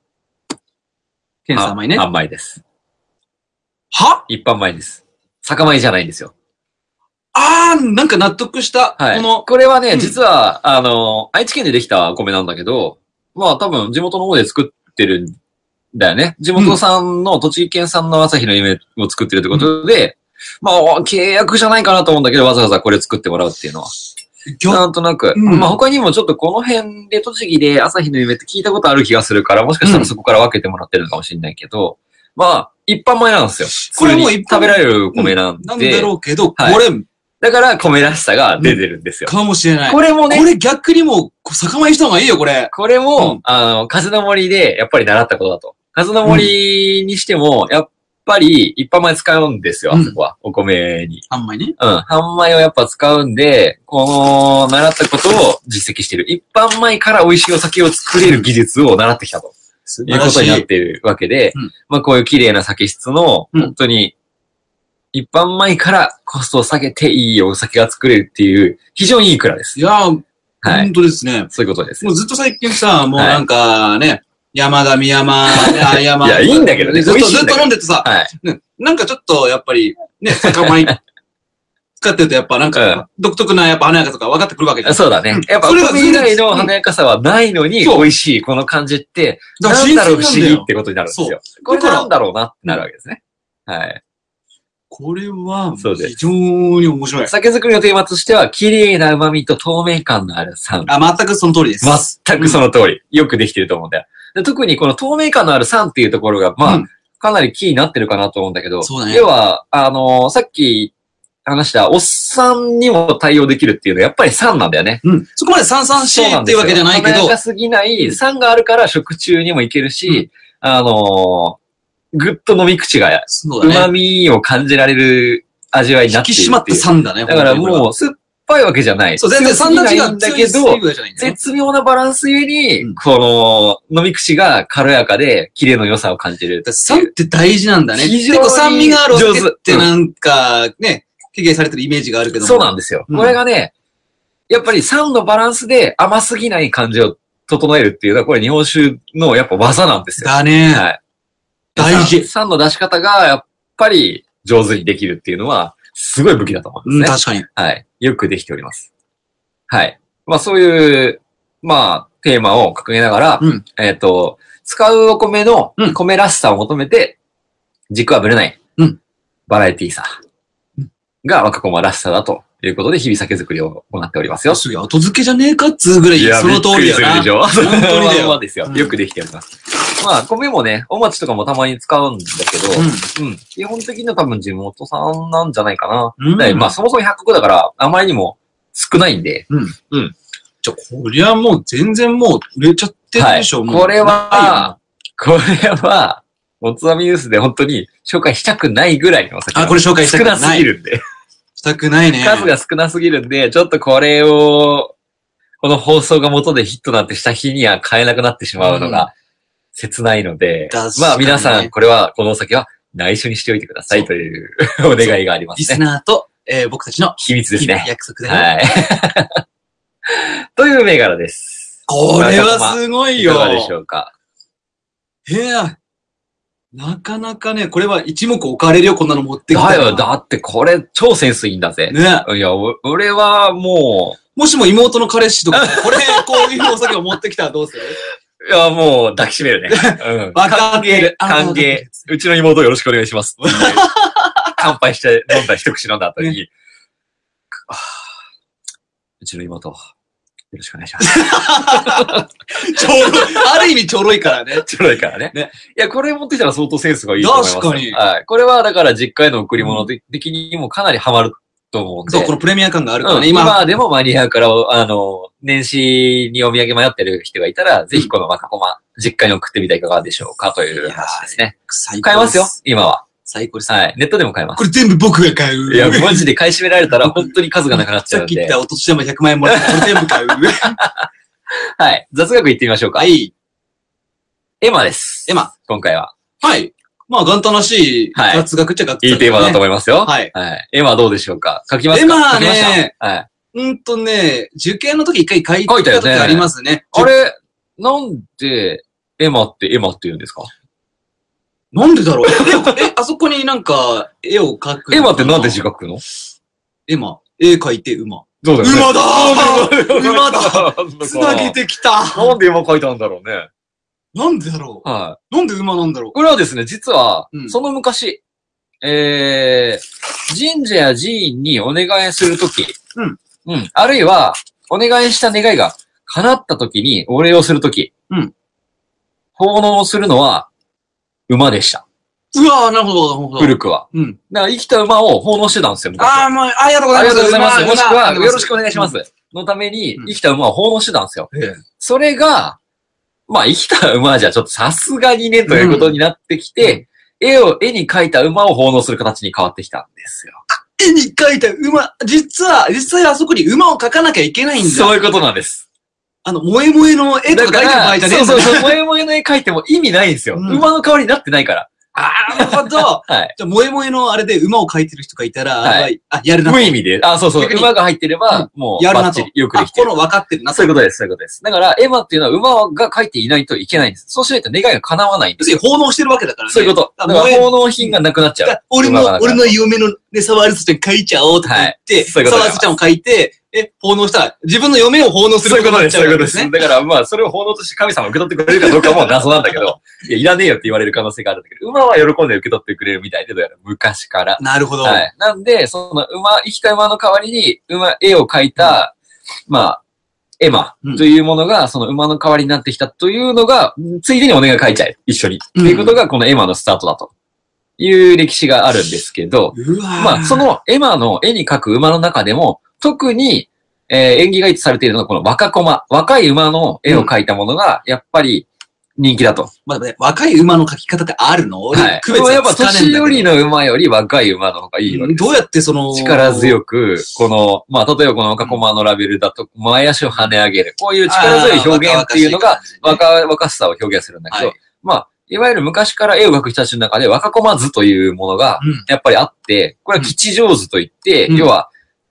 天才甘いね。
あ甘いです。
は
一般米です。酒米じゃないんですよ。
あー、なんか納得した。
はい。
この、
これはね、
うん
実は、あの、愛知県でできたお米なんだけど、まあ多分地元の方で作ってるんだよね。地元産の、栃木県産の朝日の夢を作ってるってことで、まあ、契約じゃないかなと思うんだけど、わざわざこれ作ってもらうっていうのは。
ぎょ
なんとなく。
うん
まあ他にもちょっとこの辺で栃木で朝日の夢って聞いたことある気がするから、もしかしたらそこから分けてもらってるのかもしれないけど、まあ、一般米なんですよ。
これもう
普通に
一般
食べられる米なん
なん
で、
だろうけど、こ
はい
れ、
だから米らしさが出てるんですよ。
かもしれない。
こ
こ
れもね、
れ逆にもう、酒米した方がいいよ、これ。
これも、
うん
あの、風の森で、やっぱり習ったことだと。風の森にしても、やっぱり、一般米使うんですよ、
うん
あそこは。お米に。
あんまりね。
うん。半米をやっぱ使うんで、この、習ったことを実績してる。一般米から美味しいお酒を作れる技術を習ってきたと。
素
いうことになってるわけで、
うん
まあこういう綺麗な酒質の、
うん
本当に、一般米からコストを下げていいお酒が作れるっていう、非常にいい蔵です。
いやー、
は
本
い。
当ですね。
そういうことです
も。うずっと最近さ、もうなんかね、山が三山、 あ山。
いやいいんだけどね
ずっ
美
と
味しいん
ずっ
だけど
と飲んでてさ、
はい。
ねなんかちょっとやっぱり、ね、酒米使ってるとやっぱなん
うん
か、独特なやっぱ華やかとか分かってくるわけじゃん。
そうだね。やっぱ、お
それが全
米以外
然
の華やかさはないのに、美
そう
味しい、この感じって、
だから
なんだろう不思
新鮮なんだよ
議ってことになるんですよ。これ
だから
なんだろうなってなるわけですね。はい。
これは、
そうです
非常に面白い。
酒造りのテーマとしては、綺麗な旨味と透明感のある酸。
あ、全くその通りです。
全くその通り。よくできてると思うんだよ。で特にこの透明感のある酸っていうところが、まあ、
うん
かなりキーになってるかなと思うんだけど、
そうだね
要は、あのーさっき話した、おっさんにも対応できるっていうのは、やっぱり酸なんだよね。
うん。そこまで三三四っていうわけじゃないけ
華
ど
やか、すぎない、酸があるから食中にもいけるし、あのーぐっと飲み口が、
そうだ
旨
ね。
味を感じられれる味わいにな
引
って
き
いる
締まって
いう
酸だね。
だから
本当にこれ
も
は
う、酸っぱいわけじゃない。
そう、全然酸
酸
だ
な
ち
い
が
んだ
強
け
い
ど、
水分じゃないんだよね。
絶妙なバランスゆえに、
うん
この、飲み口が軽やかで、綺麗の良さを感じる。
酸って大事なんだね。
非常に
結構酸味があるお酒っ
上手
てなんか、ね、敬遠されてるイメージがあるけども。
そうなんですよ。
うん
これがね、やっぱり酸のバランスで甘すぎない感じを整えるっていうのは、これ日本酒のやっぱ技なんですよ。
だね。
はい。
大事。
酸の出し方が、やっぱり上手にできるっていうのは、すごい武器だと思う
うんん、
ですね。
確かに。
はい。よくできております。はい。まあそういう、まあ、テーマを掲げながら、
うん
えっ、と、使うお米の
うん
米らしさを求めて、軸はぶれない、
うん
バラエティーさ
うん
が若駒らしさだということで、日々酒作りを行っておりますよ
要。するに後付けじゃねえかっつうぐらい、その通り
び
だ
っくりす
な。
るでしょ
本当 にだ
まあまあ
よ。
ですよ
う。ん
よくできております。まあ、米もね、お餅とかもたまに使うんだけど、うん。基本的には多分地元さんなんじゃないかな。
うん。
でまあ、そもそも100個だから、あまりにも少ないんで。
じゃ、こりゃもう全然もう売れちゃってるでしょ、もう
これは、これは、おつまみニュースで本当に紹介したくないぐらいのお酒。
あこれ紹介したくない
少なすぎるんで。
したくないね。
数が少なすぎるんで、ちょっとこれを、この放送が元でヒットなんてした日には買えなくなってしまうのが切ないので、
確かにね
まあ皆さん、これは、このお酒は内緒にしておいてくださいというお願いがありま
リ
す
ス
ね。
ナーと、えー僕たちの
秘密ですね。
約束だよ。
はい。という 銘柄です。
これはすごい
い
よ
か。がでしょうか
いや、なかなかね、これは一目置かれるよ、こんなの持ってきた
だ
ら
よ、だってこれ超センスいいんだぜ。
ね。
いや、お俺はも
もしも妹の彼氏と か、これ、こういうお酒を持ってきたらどうする
う、いや、もう抱きしめ るね。うん。
わかってる
歓
あ
迎。うちの妹よろしくお願いします。乾杯して飲んだ一口飲んだ後に、あー うちの妹、よろしくお願いします。
ちょろい。ある意味ちょろいからね。
ちょろいからね。
ね
いや、これ持ってきたら相当センスがいいと思いますよ。
確かに
はい。これはだから実家への贈り物的的にもかなりハマると思うんで。
そう、このプレミア感があるから
うん
ね、
今
今。
でも間に合うから、おあの、年始にお土産迷ってる人がいたら、ぜひこの若駒、実家に送ってみてはいかがでしょうかという話ですね。
最高
買え
で
ますよ、今は。
最高です。
はい。ネットでも買えます。
これ全部僕が買う。
いや、マジで買い占められた ら本当に数がなくなっち
さ
ゃう
っ
ん
き言っ
で。
たお年玉100万円もらったこれ全部買う。
はい。雑学いってみましょうか。
はい。
エマです。
エマ。
今回は。
はい。まあ、元旦らしい、
はい
雑学っちゃ学
いいテーマだと
思
思いますよ。い。
はい。
はい。エマどうでしょうか書きますか
エマはね
書きましたはい。
うんとね、受験の時一回書い
書いたよ
た
ね
時ありますね。
あれ、なんで、エマってエマって言うんですか
なんでだろうえ、えあそこになんか、絵を描く。
エマってなんで字書くの
絵馬。絵描いて馬。
どうだろうね
馬だー 馬だ
だ
つなげてきた
なんで今書いたんだろうね。
なんでだろ
は
うなんで馬なんだろ
い。これはですね、実は
う、ん
その昔、えー、神社や寺院にお願いするとき、
うん。
うん。あるいは、お願いした願いが叶ったときに、お礼をするとき、
うん。
奉納するのは、馬でした。
ううわーなるほど、なるほど。
古くは。
うん。
だから生きた馬を奉納してたんですよ、昔は
あー、まあ、ありがとうご
あ
ざい
り
ま
がとう
す。
ございます。もしくは、
馬
よろしくお願いしま。す。のために
う、ん
生きた馬を奉納してたんですよ。
うんええ
それが、まあ、生きた馬じゃちょっとさすがにね、ということになってきて、絵を、絵に描いた馬を奉納する形に変わってきたんですよ。
絵に描いた馬、実は、実際あそこに馬を描かなきゃいけないんだ。
そういうことなんです。
あの、萌え萌えの絵とか描いてる場合じゃねえ
そうん
だ
そうそう、萌え萌えの絵描いても意味ないんですよ。
うん
馬の代わりになってないから。
あー、なるほど。
はい。
じゃあ、萌え萌えのあれで馬を描いてる人がいたら、あれはあ、やるな。
無意味で。あ、そうそう。
逆に
馬が入ってれば、もう、
やる
バ
な
ッ
と
チリ。よくできて
あ、
る
こ。の分かってるな。
そういうことです、そういうことです。だから、エマっていうのは馬が描いていないといけないんです。そうしないと願いが叶わないんで
要
す
するに奉納してるわけだからね。
そういうこと。だ
あ
から
萌え
奉納品がなくなっちゃう。
俺の
馬がだ、から
俺の嫁のね、沢アリスちゃん書いちゃおうとか言っ
はい
て、
そういうこと
沢アリスちゃんを書いて、え、奉納したら、自分の嫁を奉納する
そういうことです、そういうことで
に
す。
なっ
だから、まあ、それを奉納として神様が受け取ってくれるかどうかも謎なんだけど、 いや、いらねえよって言われる可能性があるんだけど、馬は喜んで受け取ってくれるみたいで、どうやら昔から
ちゃうわけですね。なるほど。
はい。なんで、その馬、生きた馬の代わりに、馬、絵を描いた、まあ、絵馬
うん
というものが、その馬の代わりになってきたというのが、ついでにお願い書いちゃえ、一緒に。って
うん
いうことが、この絵馬のスタートだと。いう歴史があるんですけど、
うわー
まあ、そ、の絵馬の絵に描く馬の中でも、特に、えー、演技が一致されているのが、この若駒、若い馬の絵を描いたものが、やっぱり、人気だと。
まあね、若い馬の描き方ってあるの、
はい。
区別
やっ
は
ぱ
つかねえん
年
だ
寄
け
りの馬より若い馬の方がいい
ど
わけです
どうやってその、
力強く、この、まあ、例えばこの赤コマのラベルだと、前足を跳ね上げる。こういう力強い表現っていうのが、
あー、
若、若さを表現するんだけど、
はい
まあ、いわゆる昔から絵を描く人たちの中で若コマ図というものが、
うん
やっぱりあって、これは吉祥図といって、
うん
要は、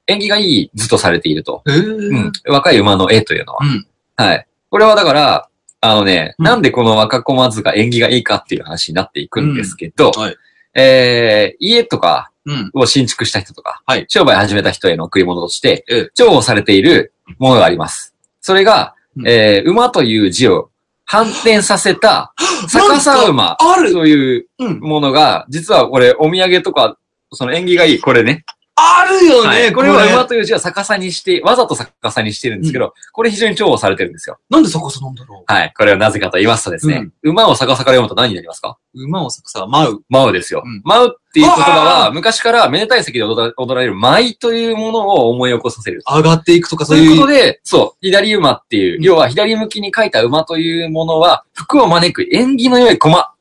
縁起がいい図とされていると。
えー
うん。若い馬の絵というのは。
うん
はい。これはだから、あのね、
うん
なんでこの若小松が縁起がいいかっていう話になっていくんですけど、
うんはい
えー、家とか
うん。
を新築した人とか、
はい
商売始めた人への贈り物として
ええ、
重宝されているものがあります。それが、
うん
えー、馬という字を反転させた逆さ馬
ある
という
うん。
ものが、実はこれお土産とか、その縁起がいい、これね。
あるよね、
はい、
こ
こ
れ
れ
は
は馬という字は逆さにして、わざと逆さにしてるんですけど、これ非常に重宝されてるんですよ。
なんで逆さなんだろ
はい。これはなぜかと言いますとですね、馬を逆さから読むと何になりますか
う。馬を逆さ、舞う。
舞うですよ。
うん
舞うっていう言葉
あ
は、昔からめでたい席で踊ら踊られる舞というものを思い起こさせる。
上がっていくとか
そ
そうう
い
いうう。
ことで、そう、左馬っていう、
うん
要は左向きに書いた馬というものは、服を招く縁起の良い駒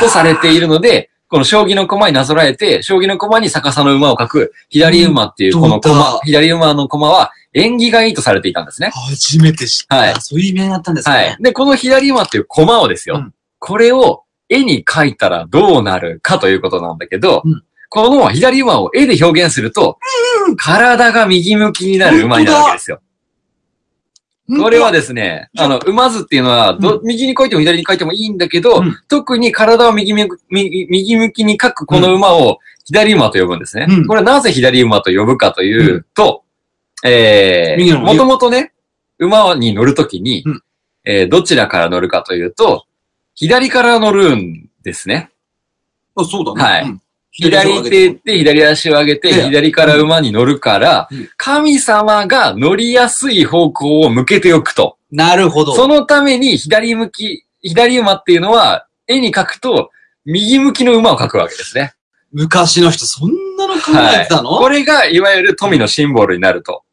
とされているので、この将棋の駒になぞらえて、将棋の駒に逆さの馬を書く、左馬っていうこの
うんどうだ
駒、左馬の駒は縁起がいいとされていたんですね。
初めて知った。
はい
そういう意味だったんですね。
はい。で、この左馬っていう駒をですよ。
うん
これを絵に描いたらどうなるかということなんだけど、
うん
この左馬を絵で表現すると、体が右向きになる馬になるわけですよ。
うん
これはですね、あの、馬図っていうのは、ど、右に書いても左に書いてもいいんだけど、
うん
特に体を右向く右右向きに書くこの馬を左馬と呼ぶんですね。
うん
これはなぜ左馬と呼ぶかというと、え
右
ー、
の
もともとね、馬に乗るときに、
うん
えーどちらから乗るかというと、左から乗るんですね。
あそうだね。
はい
うん
左手で左足を上げて、
で
左から馬に乗るから
うん、
神様が乗りやすい方向を向けておくと。
なるほど。
そのために左向き、左馬っていうのは、絵に描くと、右向きの馬を描くわけですね。
昔の人、そんなの考えてたの、
これが、いわゆる富のシンボルになると。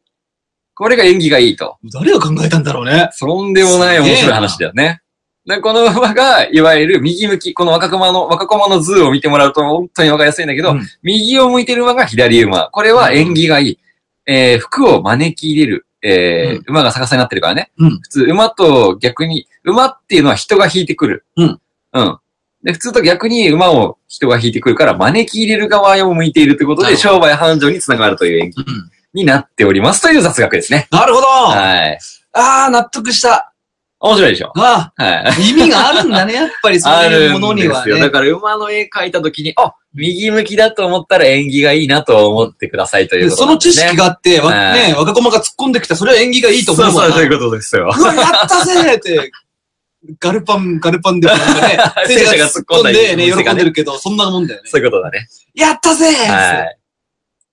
これが縁起がいいと。
誰が考えたんだろうね。
とんでもない面白い話だよね。でこの馬が、いわゆる右向き、この若駒の、若駒の図を見てもらうと本当にわかりやすいんだけど、
うん
右を向いてる馬が左馬。これは縁起がいい。えー、服を招き入れる。えー
うん
馬が逆さになってるからね。
うん
普通、馬と逆に、馬っていうのは人が引いてくる。
うん。
うん。で、普通と逆に馬を人が引いてくるから、招き入れる側を向いているということ
なる
で、
ほど
商売繁盛につながるという縁起
うん
になっておりますという雑学ですね。
なるほど、
はい。
ああ、納得した。
面白いでしょ
あ
はい。
あ、意味があるんだ ね、やっぱりそう
あ
いう
る
もの
ん
に
で
は
すよ。だ
ね。
から馬の絵描いたときに、あ、右向きだと思ったら縁起がいいなと思ってくださいということ
そ
なん
の
です、ね。
知識があって、わ
はい
ね、若駒が突っ込んできた、それは縁起がいいと思うもん
そう
な
そう、そういうことですよ。
うわ、やったぜって、ガルパン、ガルパンで、なんか ね、
戦
戦
車
車
が突
が突
っ
っ
込
込
んだ
ん
り
でね、喜んでるけど、そんなもんだよ ね。
そういうことだね。
やったぜ
はい。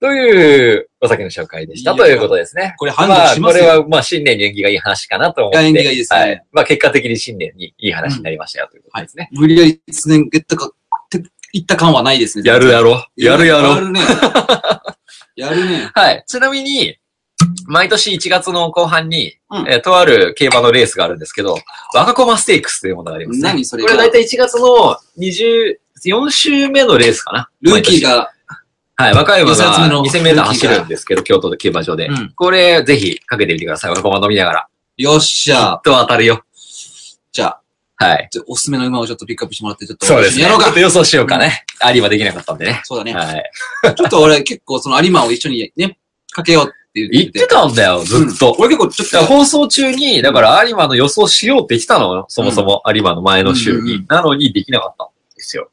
という、お酒の紹介でした
いや
ということですね。
これ反応
まあ、
しま
こ
す
れ
よ。
は、まあ、新年に縁起がいい話かなと思って。
縁起がいいですね
はい。まあ、結果的に新年にいい話になりましたよ、ということですね。
無理やりつねげったか、て、いった感はないですね。
やるやろ。やるや
や
ろ。
るね。やるね。
はい。ちなみに、毎年1月の後半に、
うん
えーとある競馬のレースがあるんですけど、若駒ステークスというものがありますね。
何それ
これ大体1月の20、4週目のレースかな。
ルーキ
毎
ー
年。
が、
はい、若い馬
一冊目
が
の
2000メーター走るんですけど、京都の競馬場で。
うん
これ、ぜひかけてみてください。若駒飲みながら。
よっし
き
ゃ
っ、と当たるよ。
じゃあ、
はい。
ちょおすすめの馬をちょっとピックアップしてもらって、ちょっと。
や
や
ろ
ろ
うか。ちょ
う
っ
か。
と予想しようかね。ありはできなかったんでね。
そうだね。
はい。
ちょっと俺結構その有馬を一緒にね、かけようって言
言
っ
って
てて。
たんだよ、ずっと。
俺結構ちょっ
だから
と、
放送中に、だから有馬の予想しようって来たのよ。そもそも有馬の前の週に。
うんうん
なのにできなかったんですよ。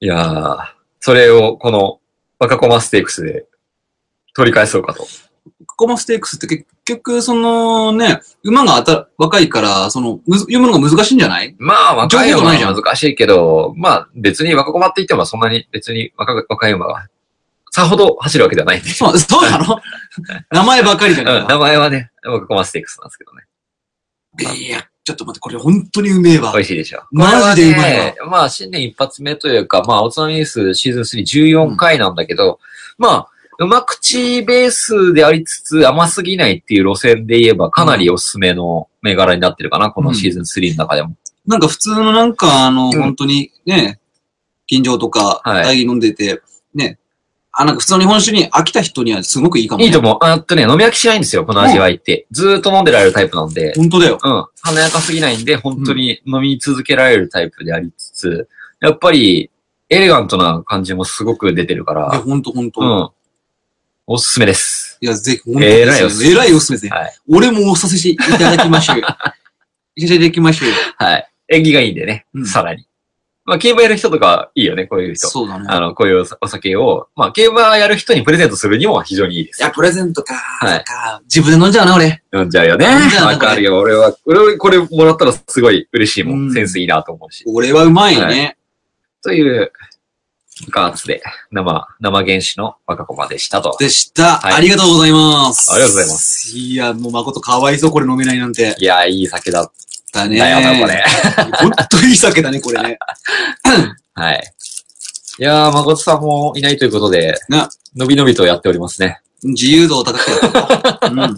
いやー、それをこの若駒ステークスで取り返そうかと。
ここもステークスって結局、そのね、馬があた若いから、その、むず読むのが難しいんじゃない
まあ、若い
情報が
馬
ないじゃ
は
ん
難しいけど、まあ別に若駒って言ってもそんなに別に若若い馬がさほど走るわけではないんで。
そう、そうなの名前ばかりじ
う
ゃ
ん、
な
名前はね、若駒ステークスなんですけどね。
い。いや、ちょっと待って、これ本当にうめえわ
美。味しいでしょ。
マジでうまいわ
ね。まあ、新年一発目というか、まあ、おつまみニュースシーズン314回なんだけど、まあ、うま口ベースでありつつ甘すぎないっていう路線で言えばかなりおすすめの銘柄になってるかな、このシーズン3の中でも。
なんか普通のなんか、あの、
うん
本当にね、金城とか、
はい
大義飲んでて、ね、あ、なんか普通の日本酒に飽きた人にはすごくいいかも、
いいと思う。ああとね、飲み飽きしないんですよ、この味わいって。ずーっと飲んでられるタイプなんで。
本当だよ。
うん。華やかすぎないんで、本当に飲み続けられるタイプでありつつ、やっぱり、エレガントな感じもすごく出てるか
いや、
ら、
本当本当、
う
い
ん。おすすめです。
や、ぜひ、本当に、ね。
えらいおすすめ
えらいおすすめですね。
はい
俺もおさせていただきましょう よ。いただきましょうよ。
はい。縁起がいいんでね
う、ん
さらに。まあ、競馬やる人とかいいよね、こういう人。
そうだね。
あの、こういうお酒を、まあ、競馬やる人にプレゼントするにも非常にいいで
い
す
や、。プレゼントか。
い
そっか。自分で飲んじゃうな、俺。
飲んじゃうよね。
飲んじゃうね
わかるよ。俺は、俺、これもらったらすごい嬉しいも
うん
ん。センスいいなと思うし。
俺はうまいね。
はという、ガーツで、生、生原始の若駒でしたと。
でした、
はい
ありがとうございます。。
ありがとうございます
いや、もう誠かわいそう、これ飲めないなんて。
いや、いい酒だっ
だ
た
ね。
よな、これ。
ほんといい酒だね、これね。
はい。いやー、誠さんもいないということで、
な
のびのびとやっておりますね。
自由度を高くやったうん。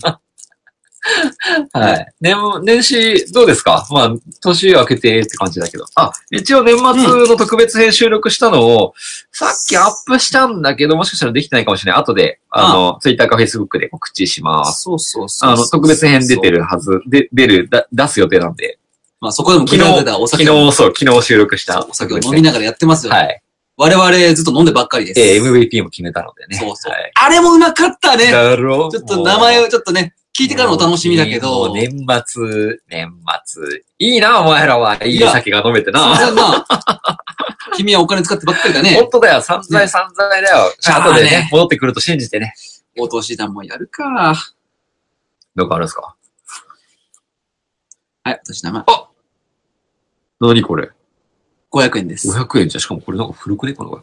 はい。年、年始、どうですかまあ、年明けてって感じだけど。あ、一応年末の特別編収録したのを、さっきアップしたんだけど、もしかしたらできてないかもしれない。後で、あの、ツイッターかフェイスブックで告知します。
そうそうそう。
あの、特別編出て。るはず、で、出る、だ出す予定なんで。
まあそこでも
昨
昨日
日、
出たお
昨
酒
日
を、、
そう、昨日収録した。
お酒を飲みながらやってますよ。
はい。
我々ずっと飲んでばっかりです。
で、MVP も決めたのでね。
そうそう
はい。
あれもうまかったね。
だろ
ちょっと名前
を
をちょっとね、聞いてからのお楽しみだけど。
もう年末、年末。いいな、お前らは。い
い
い
や
酒が飲めて
すいま
な。
せんな。 君はお金使ってばっかりだね
本。当だよ、散財散財だよ。
しゃあない
後でね、戻ってくると信じてね。
お年玉やるか。
どうかあるんですか
はい、お年玉。
何これ
500円です。
?500 円じゃん、しかもこれなんか古くねこの500円。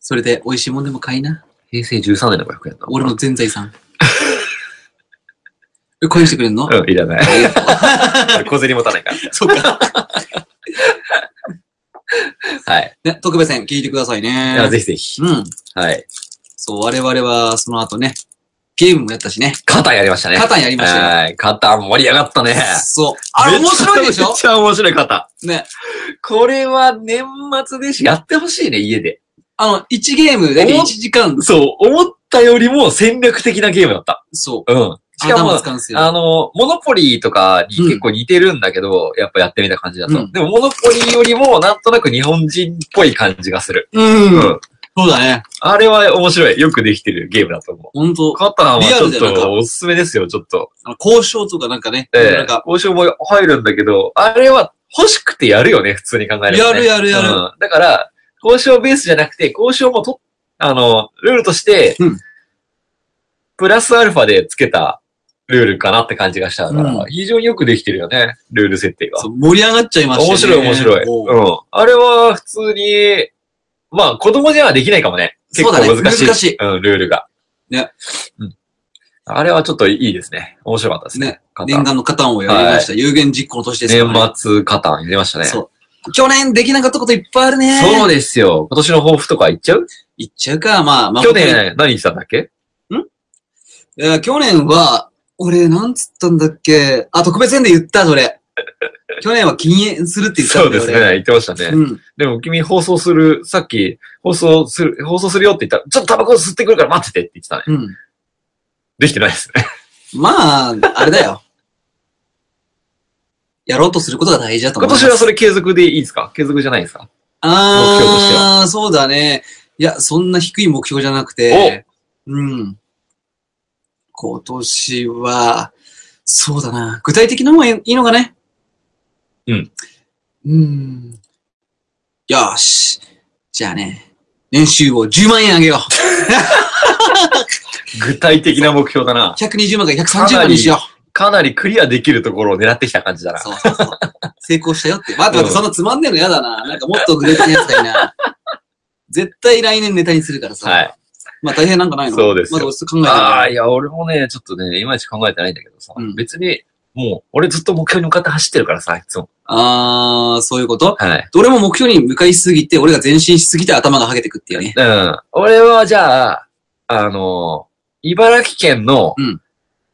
それで美味しいもんでも買いな。
平成13年の500円だ。
俺の全財産。 え、返してくれんの、あ
うん、いら ない。
りがとう
小銭持たないから。
そっか。
はい。
ね、特別編聞いてください
い
ね。
や、ぜひぜひ。
うん。
はい。
そう、我々はその後ね、ゲームもやったしね。
カタンやりましたね。
カタンやりましたよ。
はい。カタン盛り上がったね。
そう。あれ面白いでし
め
ょ
っちゃ面白いカタ
ね。
ン。これは年末年始やってほしいね、家で。
あの、1ゲームで
お
1時間、
そう、思ったよりも戦略的なゲームだった。
そ
うん。
う。
しかも
頭、使うんですよ。
あの、モノポリーとかに結構似てるんだけど、やっぱやってみた感じだと。
うん
でも、モノポリーよりもなんとなく日本人っぽい感じがする。
うん。
うん
そうだね。
あれは面白い。よくできてるゲームだと思う。
ほんと、
カタンは
リアル
ち
でな
ょ
ん
っ
か
とおすすめですよ、ちょっと。
あの交渉とかなんかね、
え
な
え
んか、
交渉も入るんだけど、あれは欲しくてやるよね、普通に考えれば、ね。
やるやるやる
うん。だから、交渉ベースじゃなくて、交渉もと、あの、ルールとして、
うん
プラスアルファでつけたルールかなって感じがしたから、
うん
非常によくできてるよね、ルール設定が。
そう盛り上がっちゃいましたね。
面白い面白い。
もう
うん。あれは普通に、まあ子供じゃできないかもね。結
そう
構
だね
難しい。
難しい
うん、ルールが。
ね。
うん。あれはちょっといいですね。面白かったですね。
ね
カタン
念願のカタンをやりました。有限実行の年ですからね
年末カタン入れましたね。そう
そう。去年できなかったこといっぱいあるね。
ですよ。今年の抱負とか言っちゃう
いっちゃうか、まあ、まあ、
去年何したんだっけ
いや去年は、俺、なんつったんだっけ。あ、特別編で言った、それ。去年は禁煙するって言った
そ
ん
う
だ
で
よ、
す
俺
ね。言ってましたね。
うん。
でも君放送する、さっき放送する、放送するよって言ったら、ちょっとタバコ吸ってくるから待っててって言ってたね。
うん。
できてないですね。
まあ、あれだよ。やろうとすることが大事だと思
今
います。
年はそれ継続でいいですか継続じゃないですか目標として
あー、そうだね。いや、そんな低い目標じゃなくて、うん。今年は、そうだな。具体的なのもいいのかね。
うん。
うん。よし。じゃあね、年収を10万円上げよう。
具体的な目標だな。
120万から130万にしよう。
かなりクリアできるところを狙ってきた感じだな。
そうそうそう。成功したよって。待って待って、
うん
そんなつまんねえのやだな。なんかもっと具体的なやつがいいな。 絶対来年ネタにするからさ。
はい。
まあ大変なんかないの
そうですよ
まだ俺ちょっと考えてない。
ああ、いや、俺もね、ちょっとね、いまいち考えてないんだけどさ。
うん
別に、もう、俺ずっと目標に向かって走ってるからさ、いつも。
あー、そういうこと
はい。
俺も目標に向かいすぎて、俺が前進しすぎて頭がはげてくっていうね。
うん。俺は、じゃあ、あのー茨城県の、
うん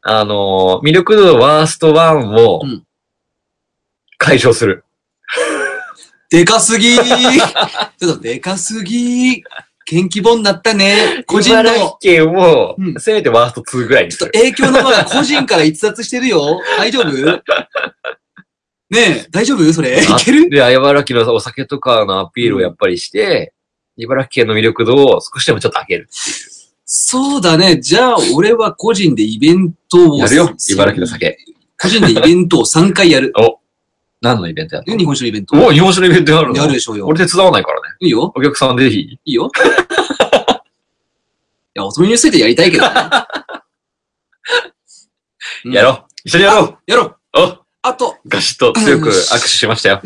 あのー魅力度ワースト1を、
うん
解消する。
でか すぎーちょっとでかすぎー元気本になったね。個人の、
茨
ち
城
ょ
県を
う、ん
せめてワースト2ぐらいに
っ
す
と
る。
影響の輪が個人から逸脱してるよ。大丈夫ねえ、大丈夫それ。いける
で、茨城のお酒とかのアピールをやっぱりして、茨城県の魅力度を少しでもちょっと上げる。
そうだね。じゃあ、俺は個人でイベントを。
やるよ、茨城の。酒。
個人でイベントを3 回やる。
何のイベントやる
日本酒のイベント。
お、日本酒のイベントやるの
やるでしょうよ。
俺手伝わないからね。
いいよ。
お客さんぜひ。
い いよ。いや、おつみについてやりたいけどね。うん
やろう。一緒にやろう。
やろう。
お、
あと、
ガシッと強く握手しましたよ。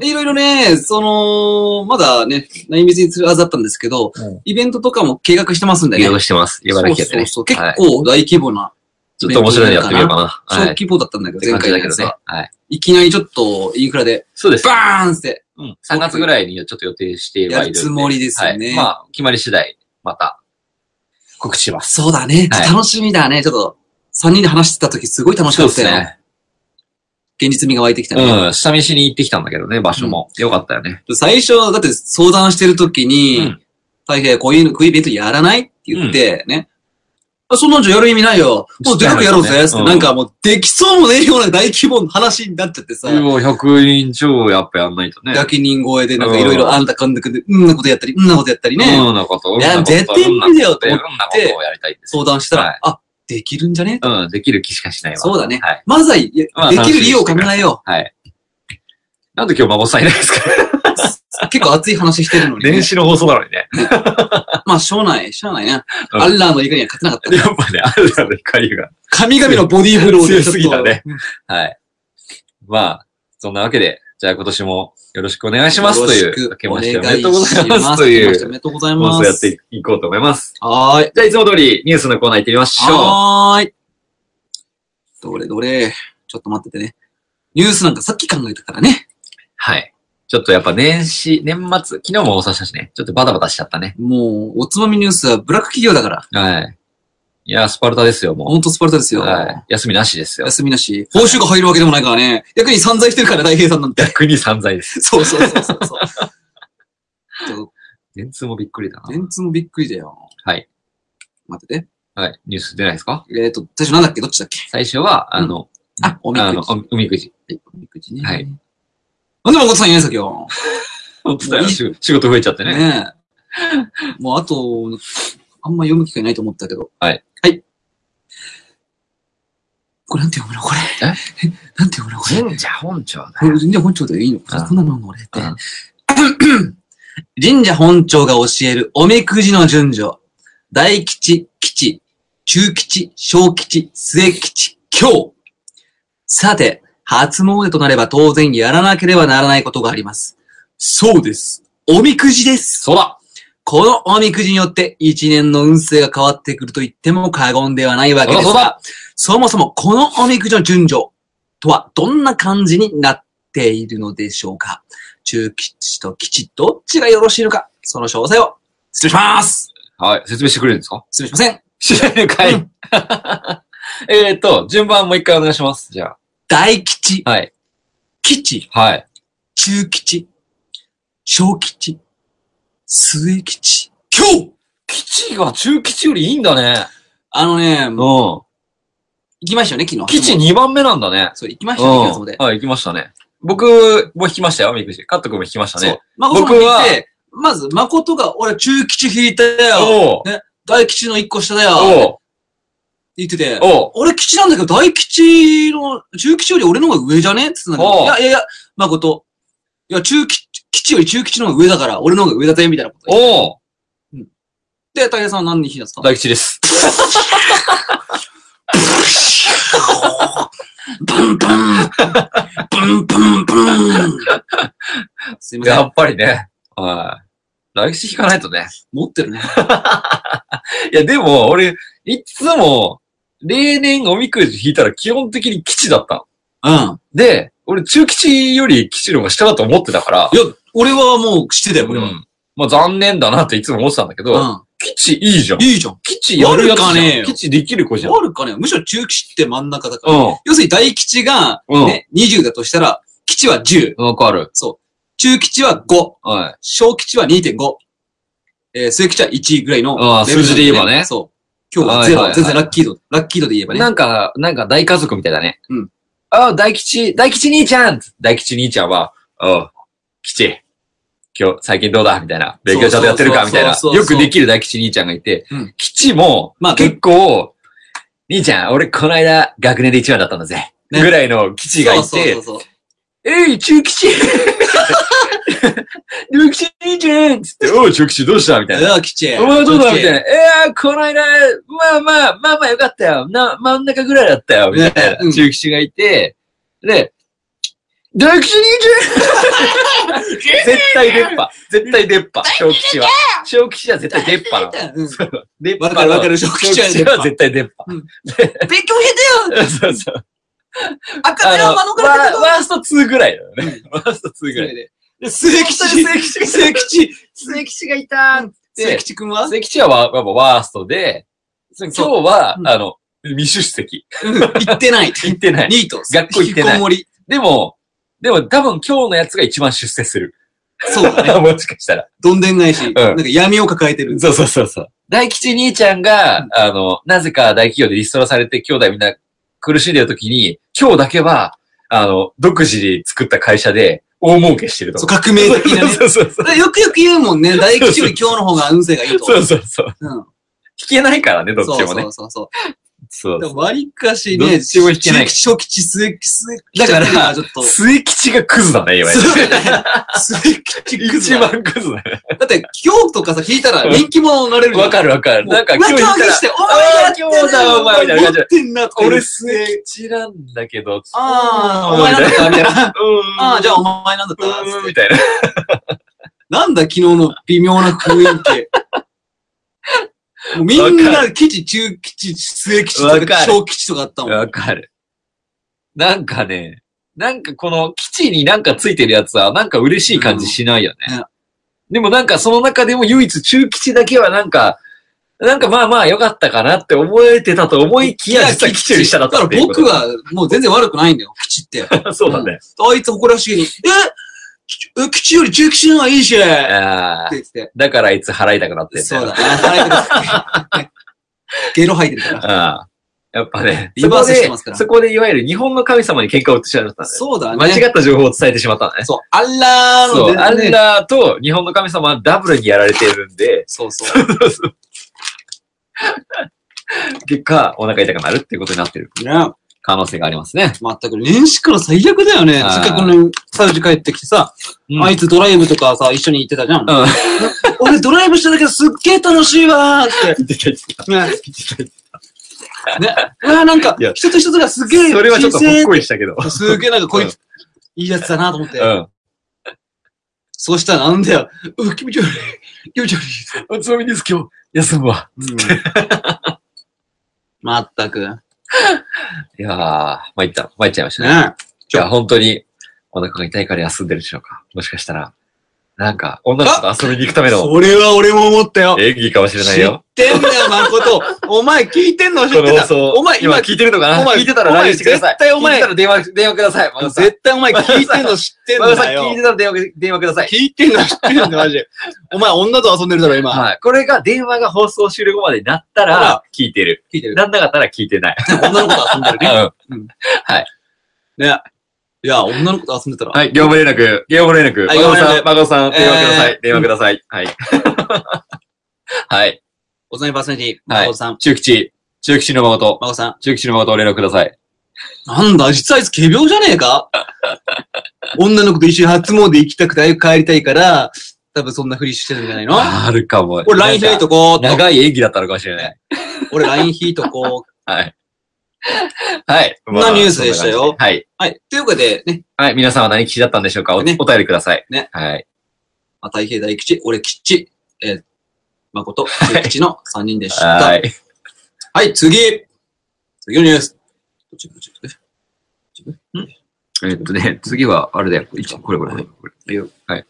いろいろね、その、まだね、内密にするはずだったんですけど、
うん
イベントとかも計画してますんで
利
ね。
用してます。茨城県でね。
そうそうそう。
はい
結構大規模な、
ちょっと面白いのやってみようかな。
小
はい。
規模だったんだけ
っ
ど、
て
前
感じ
回
だ
の
け
や
ど
つ
ね
は。。
はい。
いきなりちょっとインフラで、
そうです。
バーンって、
うん。3月ぐらいにちょっと予定してはいるんで。
やるつもりですよね
はいまあ、決まり次第、また、告知します。
そうだね。
はい
楽しみだね。ちょっと、3人で話してた時すごい楽しかったよ。。現実味が湧いてきたね。
うん。下見しに行ってきたんだけどね、場所も。よかったよね。
最初、だって相談してる時
う
に
ん、
大平、こういうの、こういうイベントやらないって言って、ね。あ、そんなんじゃやる意味ないよ。もうでかくやろうぜ。
うん
つって、なんかもう、できそうもねえような大規模の話になっちゃってさ、
もう100人超やっぱやんないとね。
100人超えで、なんかいろいろあんたかんだくんで、うんなことやったり、うんなことやったりね。
うんなこと、うん
い
な
や、
こと、
絶対無理だよって
うん
思
な
って
ことをやりたいです。
相談した
は
ら
い、
あ、できるんじゃね
うん、できる気しかしないわ。
そうだね
はい。
まずは、いや
まあ
できる理由を考えよ
はい。なんで今日孫さんいないです か
う。結構熱い話してるのにね。
年始の放送なのにね。
まあ、しょうない、しょうないな。
うん
アッラーの怒りには勝てなかった。
やっぱね、あるある光が。
神々のボディーフロー
強
でちょっと
すぎたね。はい。まあ、そんなわけで、じゃあ今年もよろしくお願いしますという、
よ
明
ろ
け
しく
ま
お
しておめ
願
で
い
とうござい
し
ます
ます。
とい
明けましてお
う
めでとうござい
放
ます。
送やっていこうと思います。
はーい。
じゃあいつも通りニュースのコーナー行ってみましょ
はーい。どれどれ。ちょっと待っててね。ニュースなんかさっき考えたからね。
う。はい。ちょっとやっぱ年始、年末、昨日も放送したしね、ちょっとバタバタしちゃったね。
もう、おつまみニュースはブラック企業だから。
はい。いや、スパルタですよ、もう。
ほんとスパルタですよ。
はい。休みなしですよ。
休みなし。報酬が入るわけでもないからね。逆に散財してるから、大平さんなんて。
逆に散財です。
そうそうそうそうそう。ちょっ
電通もびっくりだ
と電通もびっくりだよ。
はい。
待ってて。
な。はい。ニュース出ないですか
えっ、と、最初なんだっけどっちだっけ
最初は、あの、
あ、おみ
あ
く
の
じ。、
おおみく じ。
おみくじね。
はい
なんで誠さんいないんですか、今日。
本当だ
も
よ。
ういい
仕仕事増えちゃってね。
ねえ。もうあと、あんま読む機会ないと思ったけど。
はい。
はい。これなんて読むのこれ。え なんて読むのこれ。
社本庁だ。
これ神社本庁でいいのこれ
うん
こんなの俺って
うん。
神社本庁が教えるおみくじの順序。大吉、吉、中吉、小吉、末吉、今日。さて、初詣となれば当然やらなければならないことがあります。そうです。おみくじです。
そうだ
このおみくじによって一年の運勢が変わってくると言っても過言ではないわけです
そう
が
だ、
そもそもこのおみくじの順序とはどんな感じになっているのでしょうか中吉と吉どっちがよろしいのかその詳細を失礼します
はい。説明してくれるん ですか
失礼しません
知らぬか
う
い。 えっと、順番もう一回お願いします。じゃ
大吉、
あ。はい。
吉、
はい。
中吉、小吉、末吉、今日
基地が中基地よりいいんだね。
あのね、行
う
きましたよね、昨
ん。基
日。
地2番目なんだね。
そう、行きましたね、昨日そうこで
ん。。はい、行きましたね。僕も引きましたよ、みくじ。カット君も引きました
そう
ね。。
誠も
僕
聞
はい
て、まず、誠が、俺、中吉引いたよ。
おう
大吉の一個下だよ。
おう
言ってて。
おう
俺吉なんだけど、大吉の、中吉より俺の方が上じゃねって言ってたんだけど
おう
いやいやいや、誠。いや、中吉、吉より中吉の方が上だから、俺の方が上だぜ、みたいなこと言って。
おう
で、大平さんは何に引いたんですか
大吉です。
ブンブンブンブンブンすいませ
や
ん。
っぱりね。はい。大吉引かないとね。
持ってるね。
いや、でも、俺、いつも、例年おみくじ引いたら基本的に基地だったの。
うん。
で、俺、中吉より吉の方が下だと思ってたから
い、や、俺はもうしてたよ、
う
俺は。
ん。まあ、残念だなっていつも思ってたんだけど、
う
吉いいじゃん
ん。。いいじゃん。
吉やるやつ
悪かねえ
じゃん。
よ
吉できる子じゃん。
あるかねむしろ中吉って真ん中だから。
う
要するに大吉が、
ん。うん。
ね、20だとしたら、基地は10。
わかる。
そう。中基地は5。
はい。
小基地は2.5。えー、末基地は1ぐらいの
あー
レベルな
数
ん
字で言えばね
そう。今日は
はいはい
0。
はい
全然ラッキー度。ラッキー度で言えばね。
なんか、なんか大家族みたいだね。
うん。
ああ、大吉、大吉兄ちゃん大吉兄ちゃんは、おう、吉、今日、最近どうだみたいな。勉強ちゃんとやってるか
そう
み
そう
たい
そう
な
そう。
よくできる大吉兄ちゃんがいて
うん、
吉も
まあ、
結構、兄ちゃん、俺この間、学年で一番だったんだぜ。
ね
ぐらいの吉がい
そうそう
て、
そうそう。
えい、中 吉中吉兄ちゃんつって、おう、中吉どうしたみたいな。
うわ、基地。
お前どうだみ たい
な。
な。えー、この間、まあまあ、まあまあよかったよ。な、真ん中ぐらいだったよ。みたい
ねうん
な。中吉がいて、で、大吉兄ちゃん 絶対出っ歯。絶対出っ歯。小吉は。小吉は絶対出っ歯なの。
うん
出っ歯
わ
の
かるわ かる、小
小
基地は
吉
ね。
は絶対出っ歯。
勉強下手よ
そうそう。
赤
あ
ちゃ
の、ワ
んは免れた
ーワースト2ぐらいだよね。ワースト2ぐらい。
で、末吉。末吉。末吉。
末吉がいたーっ
末
て、
吉くんは
末吉はわやっぱワーストで、今日は
う、ん
あの、未出席。
行っ てない。
行ってない。
ニート。
学校行ってない
引きこもり。
でも、でも多分今日のやつが一番出世 する。
そうだね。
もしかしたら。
どんでん返し。
ん
なんか闇を抱えてる。
そうそうそうそう。大吉兄ちゃんが、あの、なぜか大企業でリストラされて兄弟みんな苦しんでる時に、今日だけは、あの、独自で作った会社で大儲けしてると
そう
思う。
革命的なね。
そうそうそう。
でよくよく言うもんね。大吉より今日の方が運勢がいいと。
そうそうそう。
うん
聞けないからね、どっちもね
そ。うそうそう
そ
そうう。でも割かし
ど
ね、
っちも引けない
初期、末期、末期。だから、ちょっと。
末吉がクズだね、いわゆる。
末吉クズ
一
だ。
番クズだね。
だって、今日とかさ、聞いたら人気者になれるじゃん
わかるわかる。なんか
今
今
日
日
言
言ったら
して、お
あー
前やってるよ
今日だお前みたいな感じ
持
で
ってんなって。
俺末吉なんだけど、
ああ、お前なんだったみたいな。ああ、じゃあお前なんだったつっ
うーん
て
みたいな。
なんだ昨日の微妙な雰囲気。もうみん
わ
な、基地、中基地、末基地
わ
とか、
かる
小基地とかあったもん。
わかる。なんかね、なんかこの基地になんかついてるやつはなんか嬉しい感じしないよ
うん
ね。でもなんかその中でも唯一中基地だけはなんか、なんかまあまあ良かったかなって思えてたと思いきや、実は基地より下だった
だ
っ
か
て
ら
いうこ
僕
と。
はもう全然悪くないんだよ、基地って。
そうだね。
あいつ誇らしげに、えきえ基地より中基地の方がいいしって
ああ
言ってて。
だからあいつ払いたくなってんだ
そう
よ
だね。腹痛くなってゲロ吐いてるから。
ああやっぱね、
リバースしてますから
そこで、そこでいわゆる日本の神様に喧嘩を売ってしまったんだよ。
そうだね。
間違った情報を伝えてしまったんだね。
そう、アッラーの
そう、
ね
アンダーと日本の神様はダブルにやられているんで、
そうそう。
結果、お腹痛くなるっていうことになってる
いや、
可能性がありますね。
まったく、年始から最悪だよね。せっ
あー
かくのサウジ帰ってきてさ、
うん
あいつドライブとかさ、一緒に行ってたじゃん。
うん
俺ドライブしてたけどすっげえ楽しいわーって。ね。ね。うわーなんか
いや、
一つ一つがすげえ、
それはちょっとほっ
新
こりしたけど。
鮮すげえなんかこいつ、いいやつだなと思って。そうしたらなんだよ。うわ、気持ち悪い。気持ち悪い。
うん。つまみです、今日。休むわ。
うんまったく。ね
いやー、参った。参っちゃいましたね。
え。
いや、本当に、お腹が痛いから休んでるでしょうか。もしかしたら、なんか、女の子と遊びに行くための
それは俺も思ったよ。
演技かもしれないよ。
知ってんだよ、誠。お前聞いてんの知
こ
っ
の
て
放送
た。、お前今、
聞いてるのか
お
な
前
聞いてたら LINE してください。
お前
聞い
絶対お前
てたら電話、電話ください。マグさん。
絶対お前聞いてんの知ってん
マグさん
だ
聞い
よ。
てたら電話、電話ください。
聞いてんの知ってんだよ、マジで。お前女と遊んでるだろ、今。
はい。これが電話が放送終了後までなった
ほら
ら、聞いてる。
聞いてる。
なんなかったら聞いてない。
女の子と遊んでるね。ね。いや、女の子と遊んでたら。
はい。業務連絡、業務連絡。
はい
孫
業務連
さ
絡
ん、孫さん、電話くださ
え
い。電話ください。はい。はい。
おさみパーソナリティ、
はい
孫さん、
中吉、中吉の孫と、
孫さん。
中吉の孫と連絡ください。
なんだ、実はあいつ仮病じゃねえか女の子と一緒に初詣行きたくて、早く帰りたいから、多分そんなふりしてるんじゃないの
あるかも。
俺 LINE 開いとこうっ
な
と
ん。か長い演技だったのかもしれない。
俺 LINE 引いとこう。
はい。 はい。
んなニュースでしたよ
まあそんな感じはい。
はい。ということで、ね、
はい。皆さんは何吉だったんでしょうかおお
ね
便りください。
ね。
はい。
まあ、太平大吉、俺吉、えー、誠、末吉の3人でした。は、
はいい。
次次のニュース。こっちこっちこっち
えっとね、次は、あれだよ。一これこれ。これこれはい。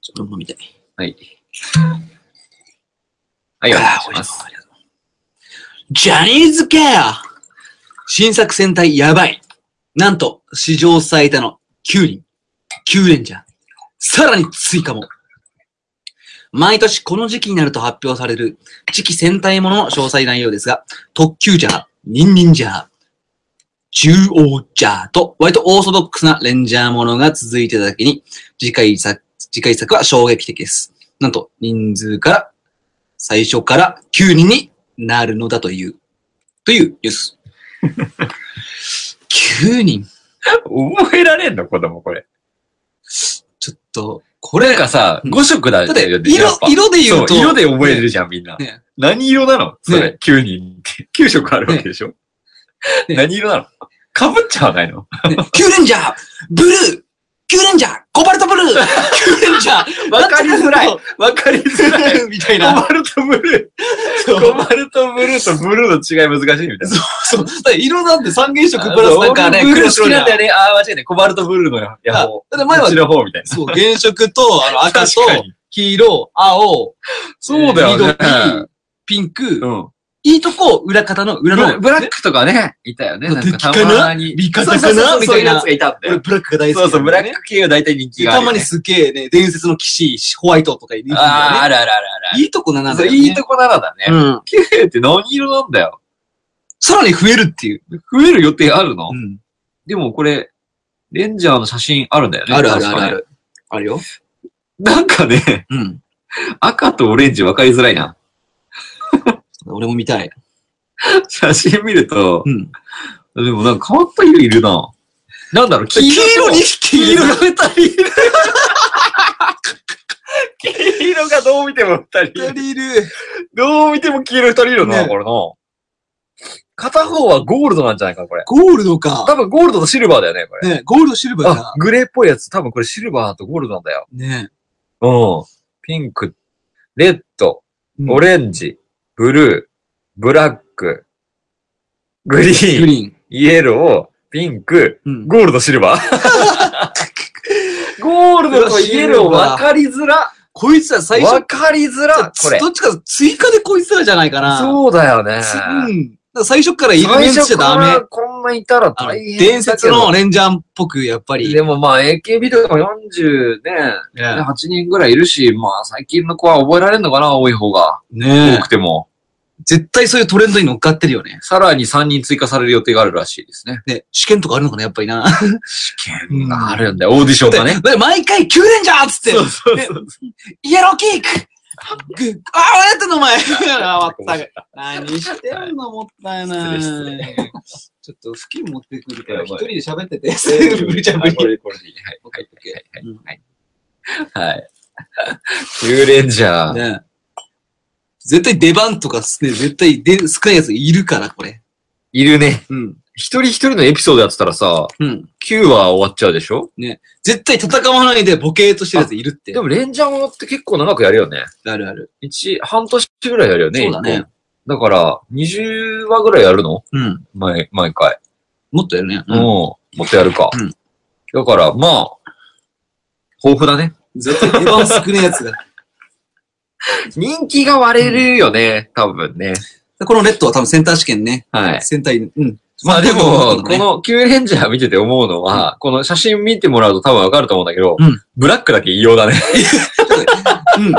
ちょっと飲みたい。
はい。はい、お願いします。
ジャニーズケア新作戦隊やばい。なんと、史上最多の9人、9レンジャー。さらに追加も。毎年この時期になると発表される、時期戦隊ものの詳細内容ですが、特急ジャー、ニンニンジャー、中央ジャーと、割とオーソドックスなレンジャーものが続いてただけに、次回作、次回作は衝撃的です。なんと、人数から、最初から9人になるのだという、という ニュース。9人
覚えられんの子供これ。
ちょっと、こ
なん
れ、だ
かさ、
うん
5色だよ
っ
ね。
て、色
やっぱ、
色で言
そうう
と、
色で覚えれるじゃん、みんな。
ね
何色なのそれ、
ね
?9 人って。9色あるわけでしょ、
ね
何色なのかぶっちゃわないの
ねキューレンジャーブルーキューレンジャーコバルト ブルーキューレンジャー
わかりづらいわかりづら い
みたいな。
コバルトブル
そ
ー。コ
う
バルトブルーとブルーの違い難しいみたいな。
そう。だから色なんて三原色
あ
プラスなんかね、
俺ブル
黒
ー好
白
きなんだ
な
よね。ああ、間違いない。コバルトブルーのや
あ
方。
だって前
こっち
は、
の方みたいな。
そう、原色と、あの、赤と、
確かに
黄色、青、
そうだよね
えー緑、ピンク、
うん。
いいとこ、裏方の、裏
ブラ
の、
ブラックとかね、いたよね。なんか
敵か
た
な
まに。
味方かな
そうそうそう
みたい
そううや
な
つがいたんだ
俺
よ。
ブラックが大好き
そ
な
うそう、
ん
ブ
だ
ラ
よね
ック系が大体人気があ
た
るよ
ま
ね。
にすげえね、伝説の騎士、ホワイトとかいるんだよね。
あーあるあるあるある。
いいとこな、なん
そ
だ
う
よ
いい
ね。
とこならだね。
うん。
綺麗って何色なんだよ。
さらに増えるっていう。
増える予定あるの
ん。
でもこれ、レンジャーの写真あるんだよね。
あるあるあ
確
る
か
あ
ね。
る。あるよ。
なんかね、
うん。
赤とオレンジ分かりづらいな。
俺も見たい。
写真見ると、
ん。
でもなんか変わった色いるな。なんだろう、
黄色
と
に匹
黄
いる
色が二人いる。黄色がどう見ても二人いる。
いる。
どう見ても黄色い二人いるな、
ね
これな。片方はゴールドなんじゃないかな、これ。
ゴールドか。
多分ゴールドとシルバーだよね、これ。
ね、ゴールドシルバー
あ
か、。
グレーっぽいやつ、多分これシルバーとゴールドなんだよ。
ね。
うん。ピンク、レッド、
うん
オレンジ、ブルー、ブラック、グリ
グ
ーン、
リーン。
イエロー、ピンク、
うん
ゴールド、シルバー。 ゴールドとイエロー、わかりづら。
こいつは最
わ
初、
かりづら、これ
ど。っちか追加でこいつらじゃないかな。う。
そうだよね。
うん。だから最初からいるメンツじ
最
ゃダ
初から
メ。
こんないたら
あの
大変だけど。
伝説のレンジャーっぽく、やっぱり。
でもまあ AKB とかも40ね、
ね
8人ぐらいいるし、まあ最近の子は覚えられるのかな、多い方が。
ね
多くても。
絶対そういうトレンドに乗っかってるよね。
さらに3人追加される予定があるらしいですね。
ね、試験とかあるのかな、やっぱりな。うん
あるんだよ、オーディション
だ
がね
っ。て毎回、キューレンジャーっつって。
そう
イエローキックグああ、やってんのお 前あー、まったく。何してんのもったいない。
失
ちょっと、布巾持ってくるから、
やば
一
い
人で喋ってて。無茶ぶ
こ
り。
れ、これでいい。はい、はい、はいはい、はい。はい。キューレンジャー。
ね絶対出番とかすね、絶対で少ないやついるから、これ。
いるね。
うん。
一人一人のエピソードやってたらさ、
うん。
9話終わっちゃうでしょ
絶対戦わないでボケーとしてるやついるって。
でもレンジャーものって結構長くやるよね。
あるある。
一、半年ぐらいやるよね。
そうだね。
だから、20話ぐらいやるの
うん。
毎、毎回。
もっとやるね。
うん。もっとやるか。
うん
だから、まあ、豊富だね。
絶対出番少ないやつが。
人気が割れるよね、多分ね。
このレッドは多分センター試験ね。
はい。
センター、うん。
まあでも、
ね
この Q レンジャー見てて思うのは、この写真見てもらうと多分わかると思うんだけど、
うん
ブラックだけ異様だね。
うん。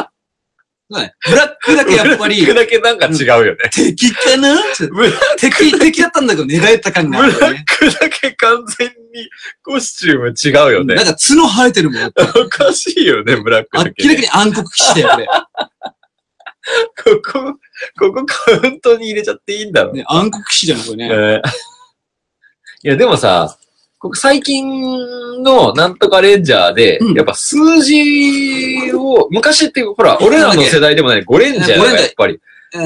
そうねブラックだけやっぱり
ブ、ラックだけなんか違うよね。
敵かな
ブラ
敵、敵だったんだけど、寝返った感
ブ
があ
ラ
るよね
ッ。クだけ完全にコスチューム違うよね
な。んか角生えてるもん。やっぱ
おかしいよね、ブラック
明
だ
ら
けね、
かに暗黒騎士だよ、これ。
ここ、ここカウントに入れちゃっていいんだろう。
ね暗黒騎士じゃん、これ
え
ね。
ーいや、でもさ、ここ最近のなんとかレンジャーで、
うん
やっぱ数字を、昔ってほら、俺らの世代でもない、ゴレンジャー
ゴレンジャ
が
ー
やっぱり、
え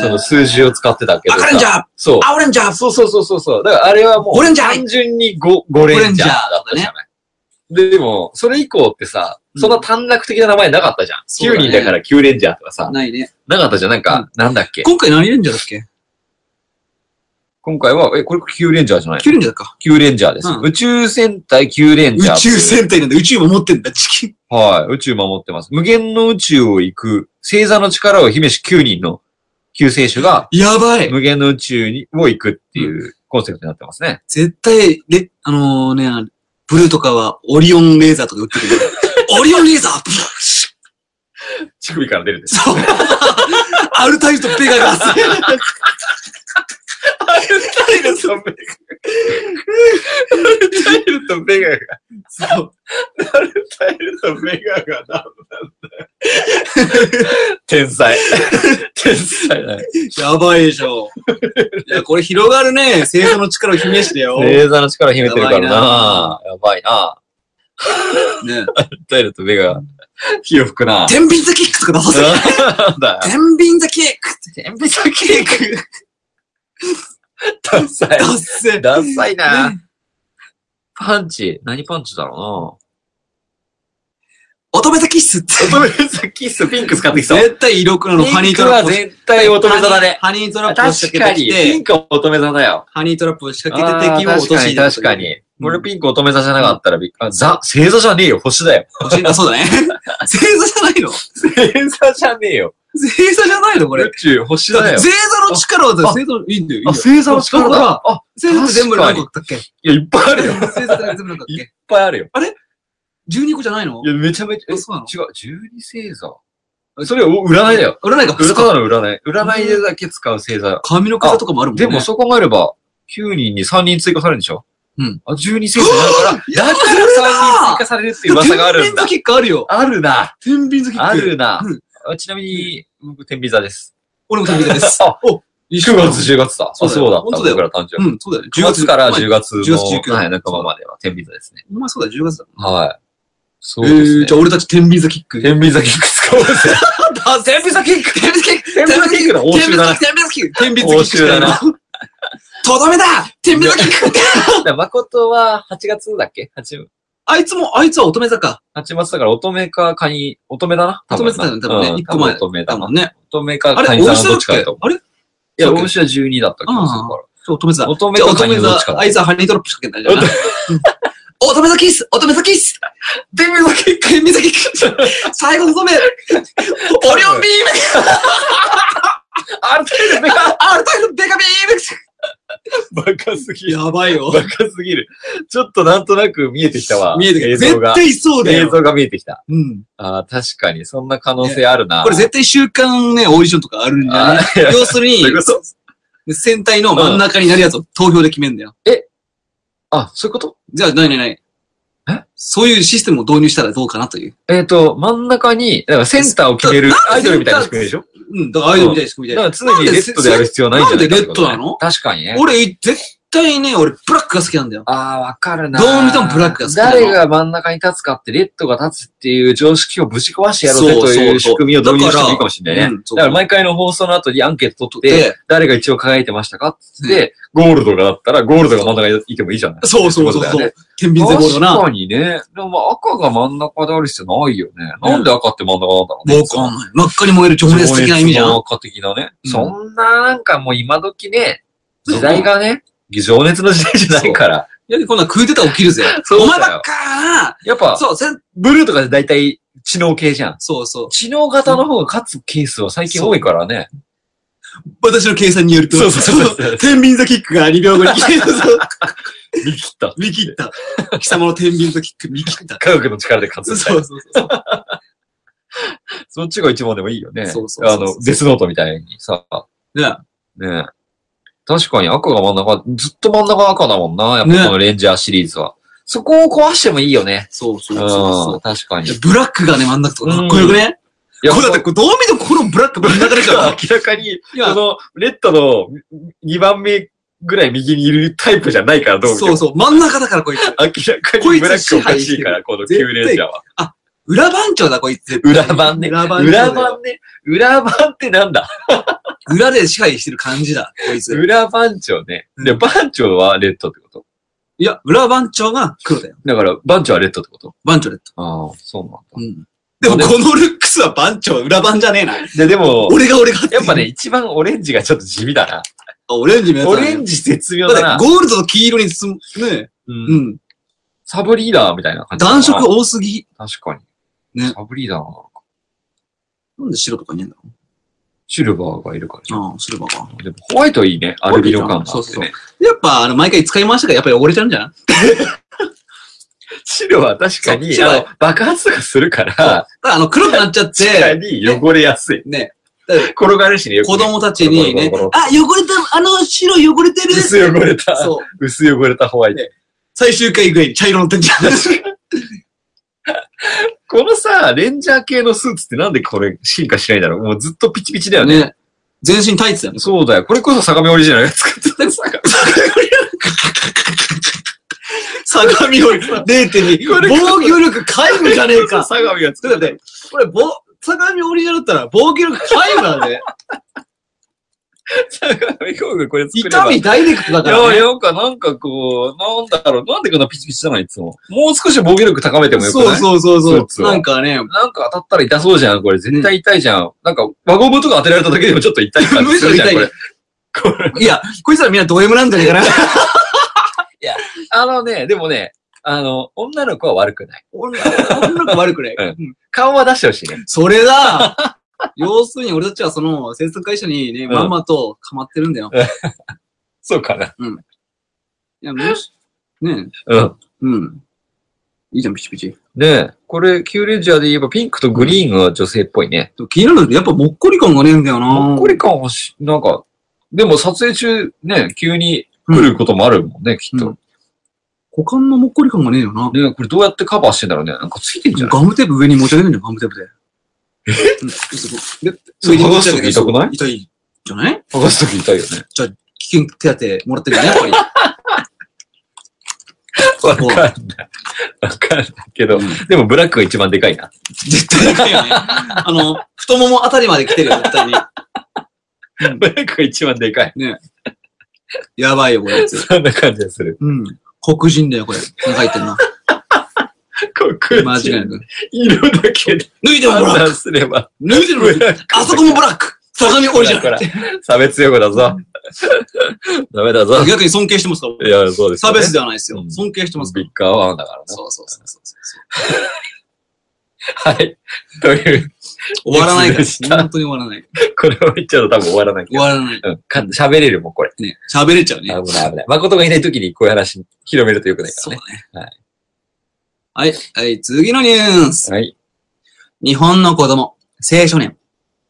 ー
その数字を使ってたけどさ。
赤レンジャー
そう。
青レンジャー
そうそうそうそうそう。だからあれはもう、
ゴレンジャー
単純にゴゴレンジャーだったじゃない。で、でも、それ以降ってさ、そんな短絡的な名前なかったじゃん。
そうだ
9
ね
人だから9レンジャーとかさ、
ないね。
なかったじゃん。なんか、
うん
なんだっけ。
今回何レンジャーだっけ
今回は、え、これ9レンジャーじゃない
キュレンジャーか。
9レンジャーです。
うん
宇宙戦隊9レン
宇
ジャー。
宙戦隊なんで宇宙も持ってんだ、地球。
はい。宇宙守ってます。無限の宇宙を行く、星座の力を秘めし9人の救世主が、
やばい。
無限の宇宙に、を行くっていうコンセプトになってますね。
絶対、レ、あのね、あのブルーとかはオリオンレーザーとか売って くる。オリオンレーザー ブシュッ
乳首から出るんです。
そう。アルタイルとペガガス。
アルタイルとベガ。アルタイルとベガが。そう。アルタイルとベガが何なんだよ。天才。天才だね。
やばいでしょ。いや、これ広がるね。星座の力を秘めしてよ。ね
レーザーの力秘めてるから
やばいな
な。やばいな。アルタイルとベガが広服な。
天秤座キックとか出させる。
なんだよ。
天秤座キック天秤座キック
天才。
ダッセ
ダサいな。パンチ。何パンチだろ
乙女座キッスって。
うな。乙女座キスピンク使ってき
絶対色黒のハニートラップを。
絶対乙女座だね。
ハニートラップを仕
確
掛
か
けて
に。
き
ピ
て
ン、クは乙女座だよ。
ハニートラップを仕
あ
掛けて敵を
ー
落と
確かに、
し
確か。に。俺ピンク乙女座じゃなかったらびっくり。あ座星座じゃねえよ。星だよ。
落ちあそうだね。 星座じゃないの
星座じゃねえよ。
星座じゃないのこれ
宇。宙、星
だっ
だ
て
よ。
星座の力は、
あ
星座の、いいんだよ。いいんだよ
星
だから。
あ、
星座って全部で何個だったっけ
いや、いっぱいあるよ。いっ
星座って全部なんかっけ
ぱいあるよ。
?12 個じゃないの
いや、めちゃめちゃ、え
あそうなの
違う、十二星座。それはお占いだよ。
占いが
ただの占い。占いでだけ使う星座。
髪の草とかもあるもんね。
でも、そう考えれば、9人に3人追加されるんでしょ
うん。
あ、12星座だ から、だから3人追加されるっていう噂があるん
天秤座
だ。
キックあるよ。
あるな。
天秤座キック。
あるな
うん。
あちなみに、僕、天秤座です。
俺も天秤 座です。
あ、
お、
9月、10月だ。
そう
あ、
だよ
そうだった。
本当だよ
僕ら誕生日。
うん、そうだよね。
10月から10
月。
月の、
10月19
はい、仲間までは天秤座ですね。
お前そうだ、10月だ。
はい。そうです
ええ、
ね
じゃ。あ俺たち天秤座キック。
天秤座キック使お うぜ。
あ、天秤座キック天秤キック
天秤キックだ
天
応酬
秤
だ
座
な
キック天秤座キック天秤座キック
応酬だな
とどめだ天秤座キック
だから誠は8月だっけ ?8、
あいつも、あいつは乙女座か。
8月だから乙女かカニ、乙女だな。
乙女座だよね、多分ね。一個前。
乙女
だ
だ
も
な。
んね。
乙女か
あ
カ
れ、
ニ
大
座の
牛座
ど
だ
っ
っ
ちかだ
け
と思
あれ
う。いや、
そうだっけ
大牛は12だった気がするから。
そう、乙女座。
乙女
じゃあ
か
乙
カニ
女
のどっちか
座、
だ
あいつはハニートロップ仕掛けたんじゃん。 乙女座キッス乙女座キッス天秤座キック天秤座キック最後の乙女オリオンビーム
ある程度目が
アルタイルデカビ
バカすぎ
ーム
る。
やばいよ
バカすぎる。ちょっとなんとなく見えてきたわ。
見えてくる。
映像
絶
が。
対そうだ
映
よ。
像が見えてきた。
うん。
ああ、確かに、そんな可能性あるな。
これ絶対週刊ね、オーディションとかあるんじゃ
あ
ない
ーいや
要するに
そういうこと、
戦隊の真ん中になるやつを投票で決めんだよ。
あ、そういうこと
じゃあ、ないないない。
え
そういうシステムを導入したらどうかなという。
えっ、と、真ん中に、だからセンターを決める
な
アイドルみたいな仕組みでしょ
うん、だからアイドルみたいな仕組み
だ
で
か。ら常にレッドでやる必要ないんじゃないかってことね
なんでレッドなの
確かにね。
俺、絶対ね、俺、ブラックが好きなんだよ。
ああ、わかるな。
どう見てもブラックが好きなの
誰が真ん中に立つかって、レッドが立つっていう常識をぶち壊してやろうぜ
そう
と
そうそう
いう仕組みを導入してもいいかもしれないね。
うんそう
だから毎回の放送の後にアンケート取って、
で、
誰が一応輝いてましたかって言って、ゴールドがだったら、ゴールドが真ん中にいてもいいじゃない
そうそうそう
ってことだ
そ
よ
う
ね。
天秤座ボール
確
な。
かにね。でもまあ赤が真ん中である必要ないよね。なんで赤って真ん中なんだろうね。
わかんない。真っ赤に燃える情熱的な意味じゃ
情熱
ん
の。赤的なね。
うん
そんな、なんかもう今時ね、時代がね、情熱の時代じゃないから。
いや、こんなん食うてたら起きるぜ。
そうだ
お
よ
前ばっか
やっぱ
ー、そう、せん
ブルーとかで大体知能系じゃん。
そうそう。
知能型の方が勝つケースは最近多いからね。
私の計算によると、
そうそうそう
の天秤座キックが2秒後に来てるぞ。
見切った。
見切った。貴様の天秤座キック見切った。
科学の力で勝つ
そう
みたい
そうそうそう。
な。そっちが一番でもいいよね。
そうそうそうそう
あの、デスノートみたいにさ、
ね
ね確かに赤が真ん中、ずっと真ん中赤だもんな。やっ
ね
ぱこのレンジャーシリーズは。そこを壊してもいいよね。
そうそううんそうそう。
確かに。
い
い
やブラックがね、真ん中とかかっこよくね。い
や
や、これだって、これどう見てもこのブラック真ん中でしょ。
明らかに、
い
あ
や、
の、レッドの2番目ぐらい右にいるタイプじゃないから、どう見て
そ
も
うそう、真ん中だからこいつ。
明らかにブラックおかしいから、この
支配して
9
る
レンジャーは。
裏番長だこいつ。
裏番ね。
裏番長だ
裏
よ
番ね。裏番ってなんだ
裏で支配してる感じだ、こいつ。
裏番長ね。で、番長はレッドってこと
いや、裏番長が黒だよ。
だから、番長はレッドってこと
番長だった。
ああ、そうなん
うん。でもこのルックスは番長、裏番じゃねえな。
だ。で、でも、
俺が俺がってい
や
う
っぱね、、一番オレンジがちょっと地味だな。
あオレンジのやつ
オ
だね
レンジ絶妙
だ
だ
っ
な。
てゴールドと黄色に包む、ね
うん
うん。
サブリーダーみたいな感じ。
暖色多すぎ。
確かに。
ね
サブリーダーなのか。
なんで白とかにねえんだろう
シルバーがいるからじゃん。
うん、すればか。
でもホワイトいいね、アルビド感があってね。
そうそうそう。やっぱ、あの、毎回使い回したから、やっぱり汚れちゃうんじゃない
白は確か
そう
に、
白
あ
は
の爆発とかするから、
だからあの、黒くな っちゃっ
確か
て、
に汚れやすい。
ね、
転がるしね、よく
子供たちにね
ゴロゴロゴロ、
あ、汚れた、あの白汚れてる
薄汚れた、
そう。
薄汚れたホワイト。
ね最終回ぐらいに茶色の点じゃん。
このさ、レンジャー系のスーツってなんでこれ進化しないんだろうもうずっとピチピチだよね。
ね。全身タイツだよね。
そうだよ。これこそ相模織じゃない作ってた相模
相模より0.2。
これ
防御力皆無じゃねえか。
相模が
だって、これ、ぼ、相模オリジナルだったら防御力皆無だね。
相模工具これ作れ
痛
ば。
みダイレクトだ
い
から
や、
ね。
なんか、なんかこう、なんだろう、なんでこんなピチピチなのいつも。もう少し防御力高めてもよくない
そうそうそう
スー
そ
ツ
う。
は
なんか ね、
なんか当たったら痛そうじゃん、これ。絶対痛いじゃん。なんか、輪ゴムとか当てられただけでもちょっと痛い感じ するじゃん、こ
むしろ
れ。これ。
いや、こいつらみんなド M なんじゃねえかな。
あのね、でもね、あの、女の子は悪くない。
女の子悪くね。
うん顔は出してほしいね。
それだ要するに俺たちはその制作会社にね、
ん
まんまとかまってるんだよ。
そうかな。
いや、もし、ね
うん。
うん。いいじゃん、ピチピチ。
ねえ、これ、キューレンジャーで言えばピンクとグリーンが女性っぽいね。
でも気になるんだけど、やっぱもっこり感がねえんだよな。
ほっこり感はし、なんか、でも撮影中、ね、急に来ることもあるもんね、きっと。
股間のもっこり感がねえよな。
ねこれどうやってカバーしてんだろうね。なんかついてんじゃない
ガムテープ上に持ち上げるんじゃん、ガムテープで。えで、
それ剥がす時痛くない
痛い。じゃない
剥がすとき痛いよね。
危険手当もらってるよね、やっぱり。
わかんない。わかんないけど、でもブラックが一番でかいな。
絶対痛いよね。あの、太ももあたりまで来てるよ、絶対に。
ブラックが一番でかい。
やばいよ、これやつ。
そんな感じがする。
うん。黒人だよ、これ。入ってるな。
黒人。
間違いなく。
色だけで
脱いでも
判
ブラック
断すれば。
脱いでもブラッ クあそこもブラック相模オリジナ
ほら
ル
ほら差別用語だ ぞ。ダメだぞ。
逆に尊敬してますから
いや、そうです、
差別
で
ではないですよ
う。ん
尊敬してますから
ビッカーはだからね。
そうそうそうそうそう。
はい。という、
終わらないか
でした
ら。 本当に終わらない。
これを言っちゃうと多分終わらないけ
終
ど。
わらない。
うんか喋れるもん、これ。
ね。喋れちゃう
危な
ね。
い危ない。誠がいない時にこういう話広めるとよくないか
そう
ら
ね
ね。。は
はい。はい、次のニュース。
はい。
日本の子供、青少年、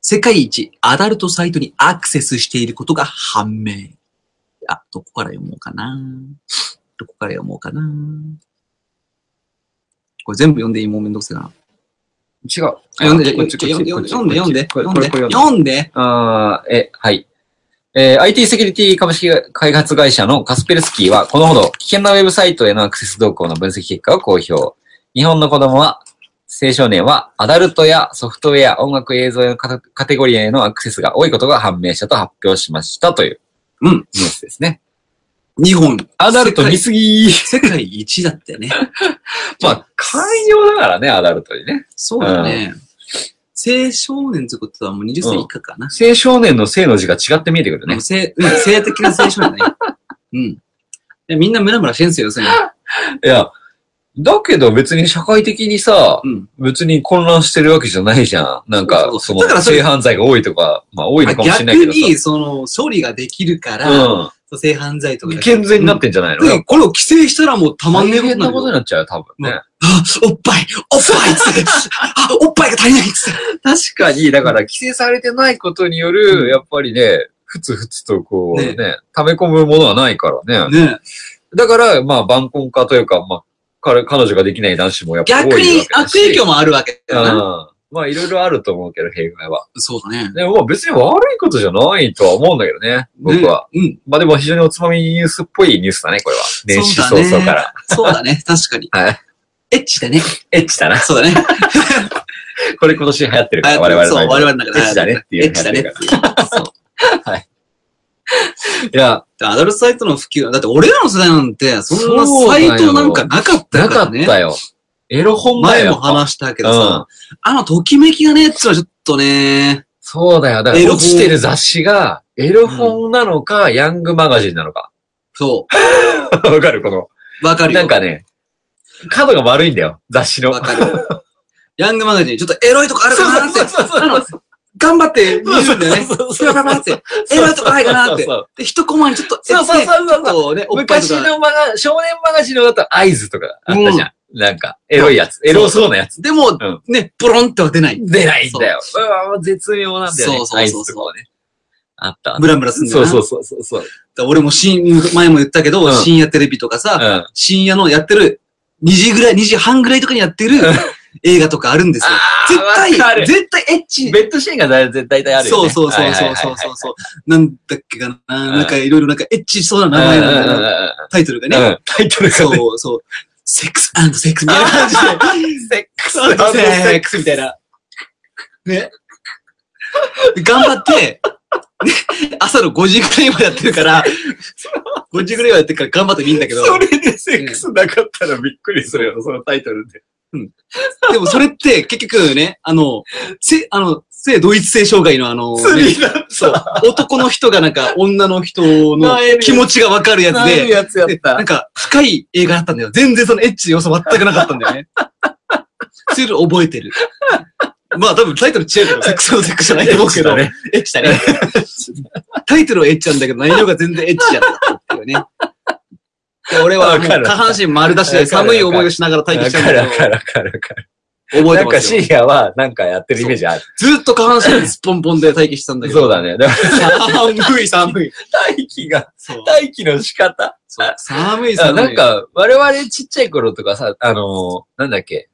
世界一アダルトサイトにアクセスしていることが判明。あ、どこから読もうかな。どこから読もうかな。これ全部読んでいいもうめんどくせえな。
違う。
あ読んで、
こっ
読ん
ち
で、
こっちこ
読
っ
ん
ち
で、読んで、読んで、
これ
読
これこれ
んで、読んで、
あーえ、はい。えー IT セキュリティ株式開発会社のカスペルスキーは、このほど危険なウェブサイトへのアクセス動向の分析結果を公表。日本の子供は、青少年は、アダルトやソフトウェア、音楽映像のカテカテゴリーへのアクセスが多いことが判明したと発表しましたという、
うん
ニュースですね。
日本。
アダルト見
世
すぎ
界世界一だったよね。
まあ、寛容だからね、アダルトにね。
そうだね。青少年ってことはもう20歳以下かな。
青少年の性の字が違って見えてくる
も
ね
う。性、うん、性的な青少年ね。 うん。でみんなムラムラしてんすよ、要するに。
いや、だけど別に社会的にさ、
うん。
別に混乱してるわけじゃないじゃん。なんか、
そう
そ
そう
の
だからそれ
性犯罪が多いとか、まあ多いのかもし
逆
れないけどさ。
に、その、処理ができるから、
うん。
性犯罪とか。
健全になってんじゃないの、
で、これを規制したらもうたまんねえ
大
こと
変
にな
な
る
こと
よ。
になっちゃうよ、多分ね。
あ、おっぱいおっぱい っつって。あ、おっぱいが足りないっつって。
確かに、だから規制されてないことによる、やっぱりね、ふつふつとこうね
ね
溜め込むものはないからね。
ね
だから、まあ、晩婚化というか、まあ、彼彼女ができない男子もやっぱ多い
逆
わけだし
に悪影響もあるわけだよ
う
な。
ん。まあ、いろいろあると思うけど、弊害は。
そうだね。
でも、まあ別に悪いことじゃないとは思うんだけどね、僕は。
ね。うん。
まあでも非常におつまみニュースっぽいニュースだね、これは。年始
そ
早
うだね
々から。
そうだね。確かに。
はい。
エッチだね。
エッチだな。
そうだね。
これ今年流行ってるから、我々
そう、
の
我
間で。
々の
エッ
中で。
チだねっていう
エッチだねっていう。そう。
いや、
アダルトサイトの普及は、だって俺らの世代なんて、そんな
そう
サ
だよ
イトなんかなかった
な
か
からっ
ね。
たよ。エロ本だ
前
よ。
も話したけどさ、あのときめきがね、つはちょっとね、
そうだよ。だか
エ
ら
ロ本
落ちてる雑誌が、エロ本なのか、ヤングマガジンなのか。
そ
わかるこの。
う、わかるよ。
なんかね、角が悪いんだよ。雑誌の。
わかる。ヤングマガジン、ちょっとエロいとこあるかなって。
そうそうそうそう
あの頑張って見るんだよね。
そう
バラバラって。え、なんとかないかなって
そうそう。
で、一コマにちょっと、
そうそうそうそう
こうね、おっぱいと
昔
か
のマガ、少年マガジンのだと合図とかあったじゃん。なんか、エロいやつ。エロそうなやつ。
でも
ん、
ね、ポロンっては出ない。
出ないんだよ。うわもう絶妙なんだよね。
そうそうそうそう
合図とかはね。あった。
ムラムラすんだ
そ
よ
う
な。
そうそうそうそう。
だから俺も深前も言ったけど、
うん
深夜テレビとか
う
さ、
ん。
深夜のやってる、2時ぐらい、2時半ぐらいとかにやってる映画とかあるんですよ。
あー
絶
わかる
対、絶対エッチ。
ベッドシーンが大体大体あるよ
そう
ね。
そうそうそうそうそうそう。なんだっけかななんかいろいろなんかエッチしそうな名前なんだよなタイトルがね。
タイトルがね。
そうそう。セックスセックスみたいな感じで。
セックス
セックスみたいな。ね。頑張って、ね朝の5時ぐらいまでやってるから、5時ぐらいまでやってるから頑張って見るんだけど、
それでセックスなかったらびっくりするよ、そのタイトルで。
でもそれって結局ね、あの、せ、あの、性同一性障害のあの、
釣
ね
りだっ
そう、男の人がなんか女の人の
悩み
気持ちがわかるや
た。
つ
ない
で、
やつやっ
でな
た
ん。か深い映画だったんだよ。全然そのエッチの要素全くなかったんだよね。それ覚えてる。まあ多分タイトル違うけど、セックスのセックスじゃないと思うけど、
エッチだね
エッチだね。タイトルはエッチなんだけど、内容が全然エッチじゃなかったっていうね。で俺は
わ
もう
かる
下半身丸出しで寒い思いをしながら体験
わ
したん
か
だ
る
け
わか
ど、
るわかるわかる。
覚え
な
て
ん
ま
か
すよ。
深夜はなんかやってるイメージある。
ずっと下半身スポンポンで体験してたんだけど、
そうだね。でも
寒い寒い。
大気が、
そう
大気の仕方。
そう寒い
あ
寒い。
なん、か、我々ちっちゃい頃とかさ、あのー、なんだっけ、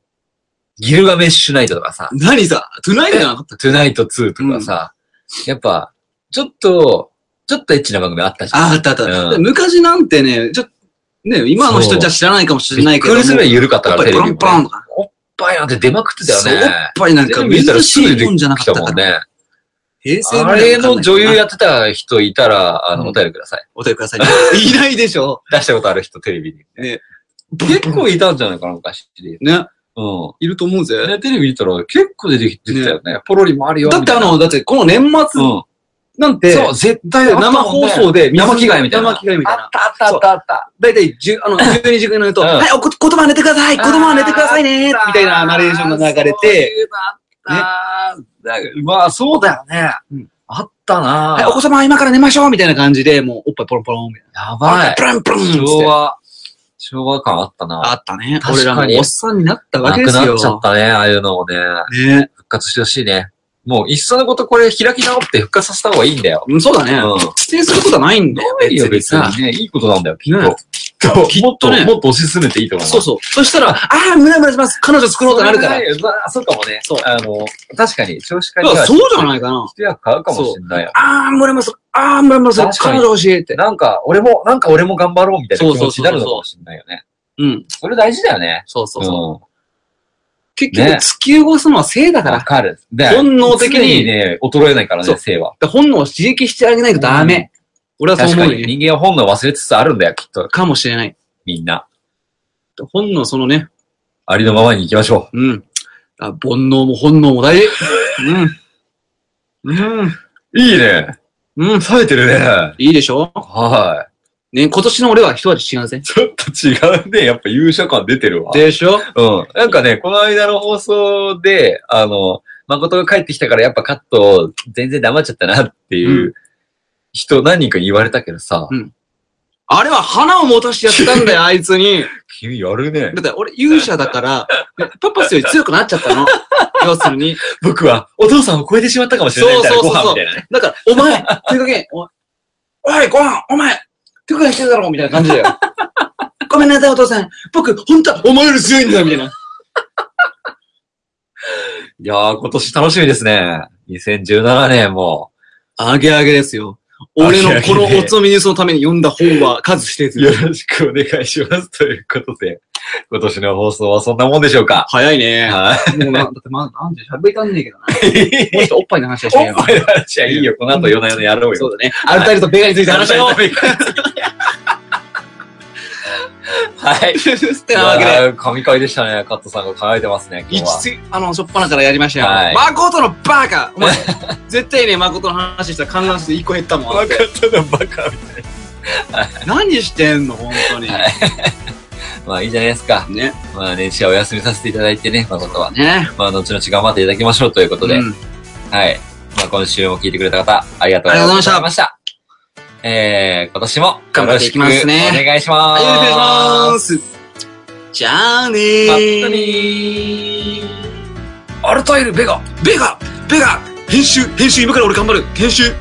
ギルガメッシュナイトとかさ、
何さ、トゥナイトじゃなかった
トゥナイト2とかさ、やっぱ、ちょっと、ちょっとエッチな番組あったじゃん。
ああったあった。
うん
昔なんてね、ちょっと、ね、今の人じゃ知らないかもしれ
び
な
っ
いけど
く
も、
りするぐらい
や
緩かった
っ
か
ぱ
ら、テ
り
レビも
プランプラ
ね。
ンとか、
おっぱいなんて出まくってた
そう
よ
おっ
ね。
ぱいなんか
全部見たら
珍
す
し
ぐ
い
出
もんじゃな
てき
か
た
った
も
か
ん
ら。
ね。
平成
あれの女優
や。
やってた人いたら、あの、お便りください。
お手くだ さいね。いないでしょ。
出したことある人、テレビに。結構いたんじゃないかな、昔で。
ね、
う。
いると思うんぜ。
ね、テレビ見たら結構出てきてたよね。ポロリもあるよ。
だってあの、だってこの年末
うん。
なんて、
そう、絶対あった
生
もんね
放送で、
生着替えみたいな。
生着替えみたいな。
あったあったあったあった。
だいたい10、あの、12時ぐらい になると、
うん
はい、おこ言葉は寝てください言葉は寝てくださいねみたいなナレーションが流れて、
ね。まあ、そうだよね。あったな
はい、お子様は今から寝ましょうみたいな感じで、もうおっぱいポロンポロンみたい
や
な。
ばい。
プランプランっつって
昭和、昭和感あったな。
あったね。
確かに
俺らもおっさんになったわ
な
け
く
ですよ。
なっちゃったね、ああいうのもね。
ね
復活してほしいね。もう、いっそのことこれ開き直って復活させた方がいいんだよ。
うんそうだ
う
ね。
ん。
否定することはないんだよ、
いいよ、別
さ。
にね。いいことなんだよ、きっ
ね
と。もっと、
ね
もっと推し進めていいと思います。
そうそう。そしたら、ああ、ムラムラします。彼女作ろうとなるから。
そ
だ
れはねまあ、そうかもね。
そう
あの、確かに、少子化に
から
は
そうじゃないかな。
一役買うかもしれないよ。
ああ、ムラムラする。ああ、ムラムラする。
確かに
彼女欲しいって。
なんか、俺も、なんか俺も頑張ろうみたいな気持ちになるのかもしれないよね。
うん。
それ大事だよね。
そうそうそう。
そ
結
ね
局、突き動かすのは性だ
うん。
か
わ
ら。
かる。で
本能的に
常ね、衰えないから
そ
ね、
う
性は。
本能を刺激してあげないとダメ。
うん
俺はそう
確
思
か
う
に、
ね。
人間は本能を忘れつつあるんだよ、きっと。
かもしれない。
みんな。
本能そのね、
ありのままに行きましょ
うん。あ煩悩も本能も大事。うん。うん。
う。いいね。
うん。
冴えてるね。 はい
いでしょ
い。
ね、今年の俺は一味違うぜ。
ちょっと違うね。やっぱ勇者感出てるわ。
でしょ
うん。なんかね、この間の放送で、あの、誠が帰ってきたからやっぱカットを全然黙っちゃったなっていうう人何人かに言われたけどさ、
うんあれは花を持たしてやったんだよ、あいつに。
君やるね
だ。って俺勇者だから、ねパパスより強くなっちゃったの。要するに。
僕はお父さんを超えてしまったかもしれないみたいな
そう
ご
そうそう
飯
そ
み
う
たいなね。
だから、お前、手加減、おおい、ご飯、お前、手加減してたろ、みたいな感じだ よ。ごめんなさい、お父さん。僕、本当はお前より強いんだよ、みたいな。
いやー、今年楽しみですね。2017年も。
あげあげですよ。俺のこのおつまみニュースのために読んだ本は数指定す
よ
る。
ろしくお願いします。ということで、今年の放送はそんなもんでしょうか。
早いね。
は
もうな、だってまあ、なんで喋りたんねえけどな。
い。
もうちょっと おっぱいの話はしない
お
よ
っ。ぱいの話 はいいよ。この後夜な夜なやろうよ。
そうだね。アルタイルとベガについて話しよう。
はい。
てなわけで。
いやー神回でしたね。カットさんが輝いてますね、今
一
日は。
つ、あの、しょっぱなからやりましたよ。
はい
誠のバカ お前、絶対ね、誠の話したら観覧数一個減ったもん。あんた
ったのバカ。
何してんの、本当に。
まあいいじゃないですか。
ね。
まあ年始はお休みさせていただいてね、誠は。
ね。
まあ後々頑張っていただきましょうということで。
うん
はい。まあ、今週も聞いてくれた方、ありがとうございました。
ありがとうご
した。えー、今年も
頑張っていきますね
よろしくお願いしま
はい、
す。
お願いします。じゃあね
ま
ー。
たねー。
アルタイル・ベガ
ベガベガ編集編集今から俺頑張る編集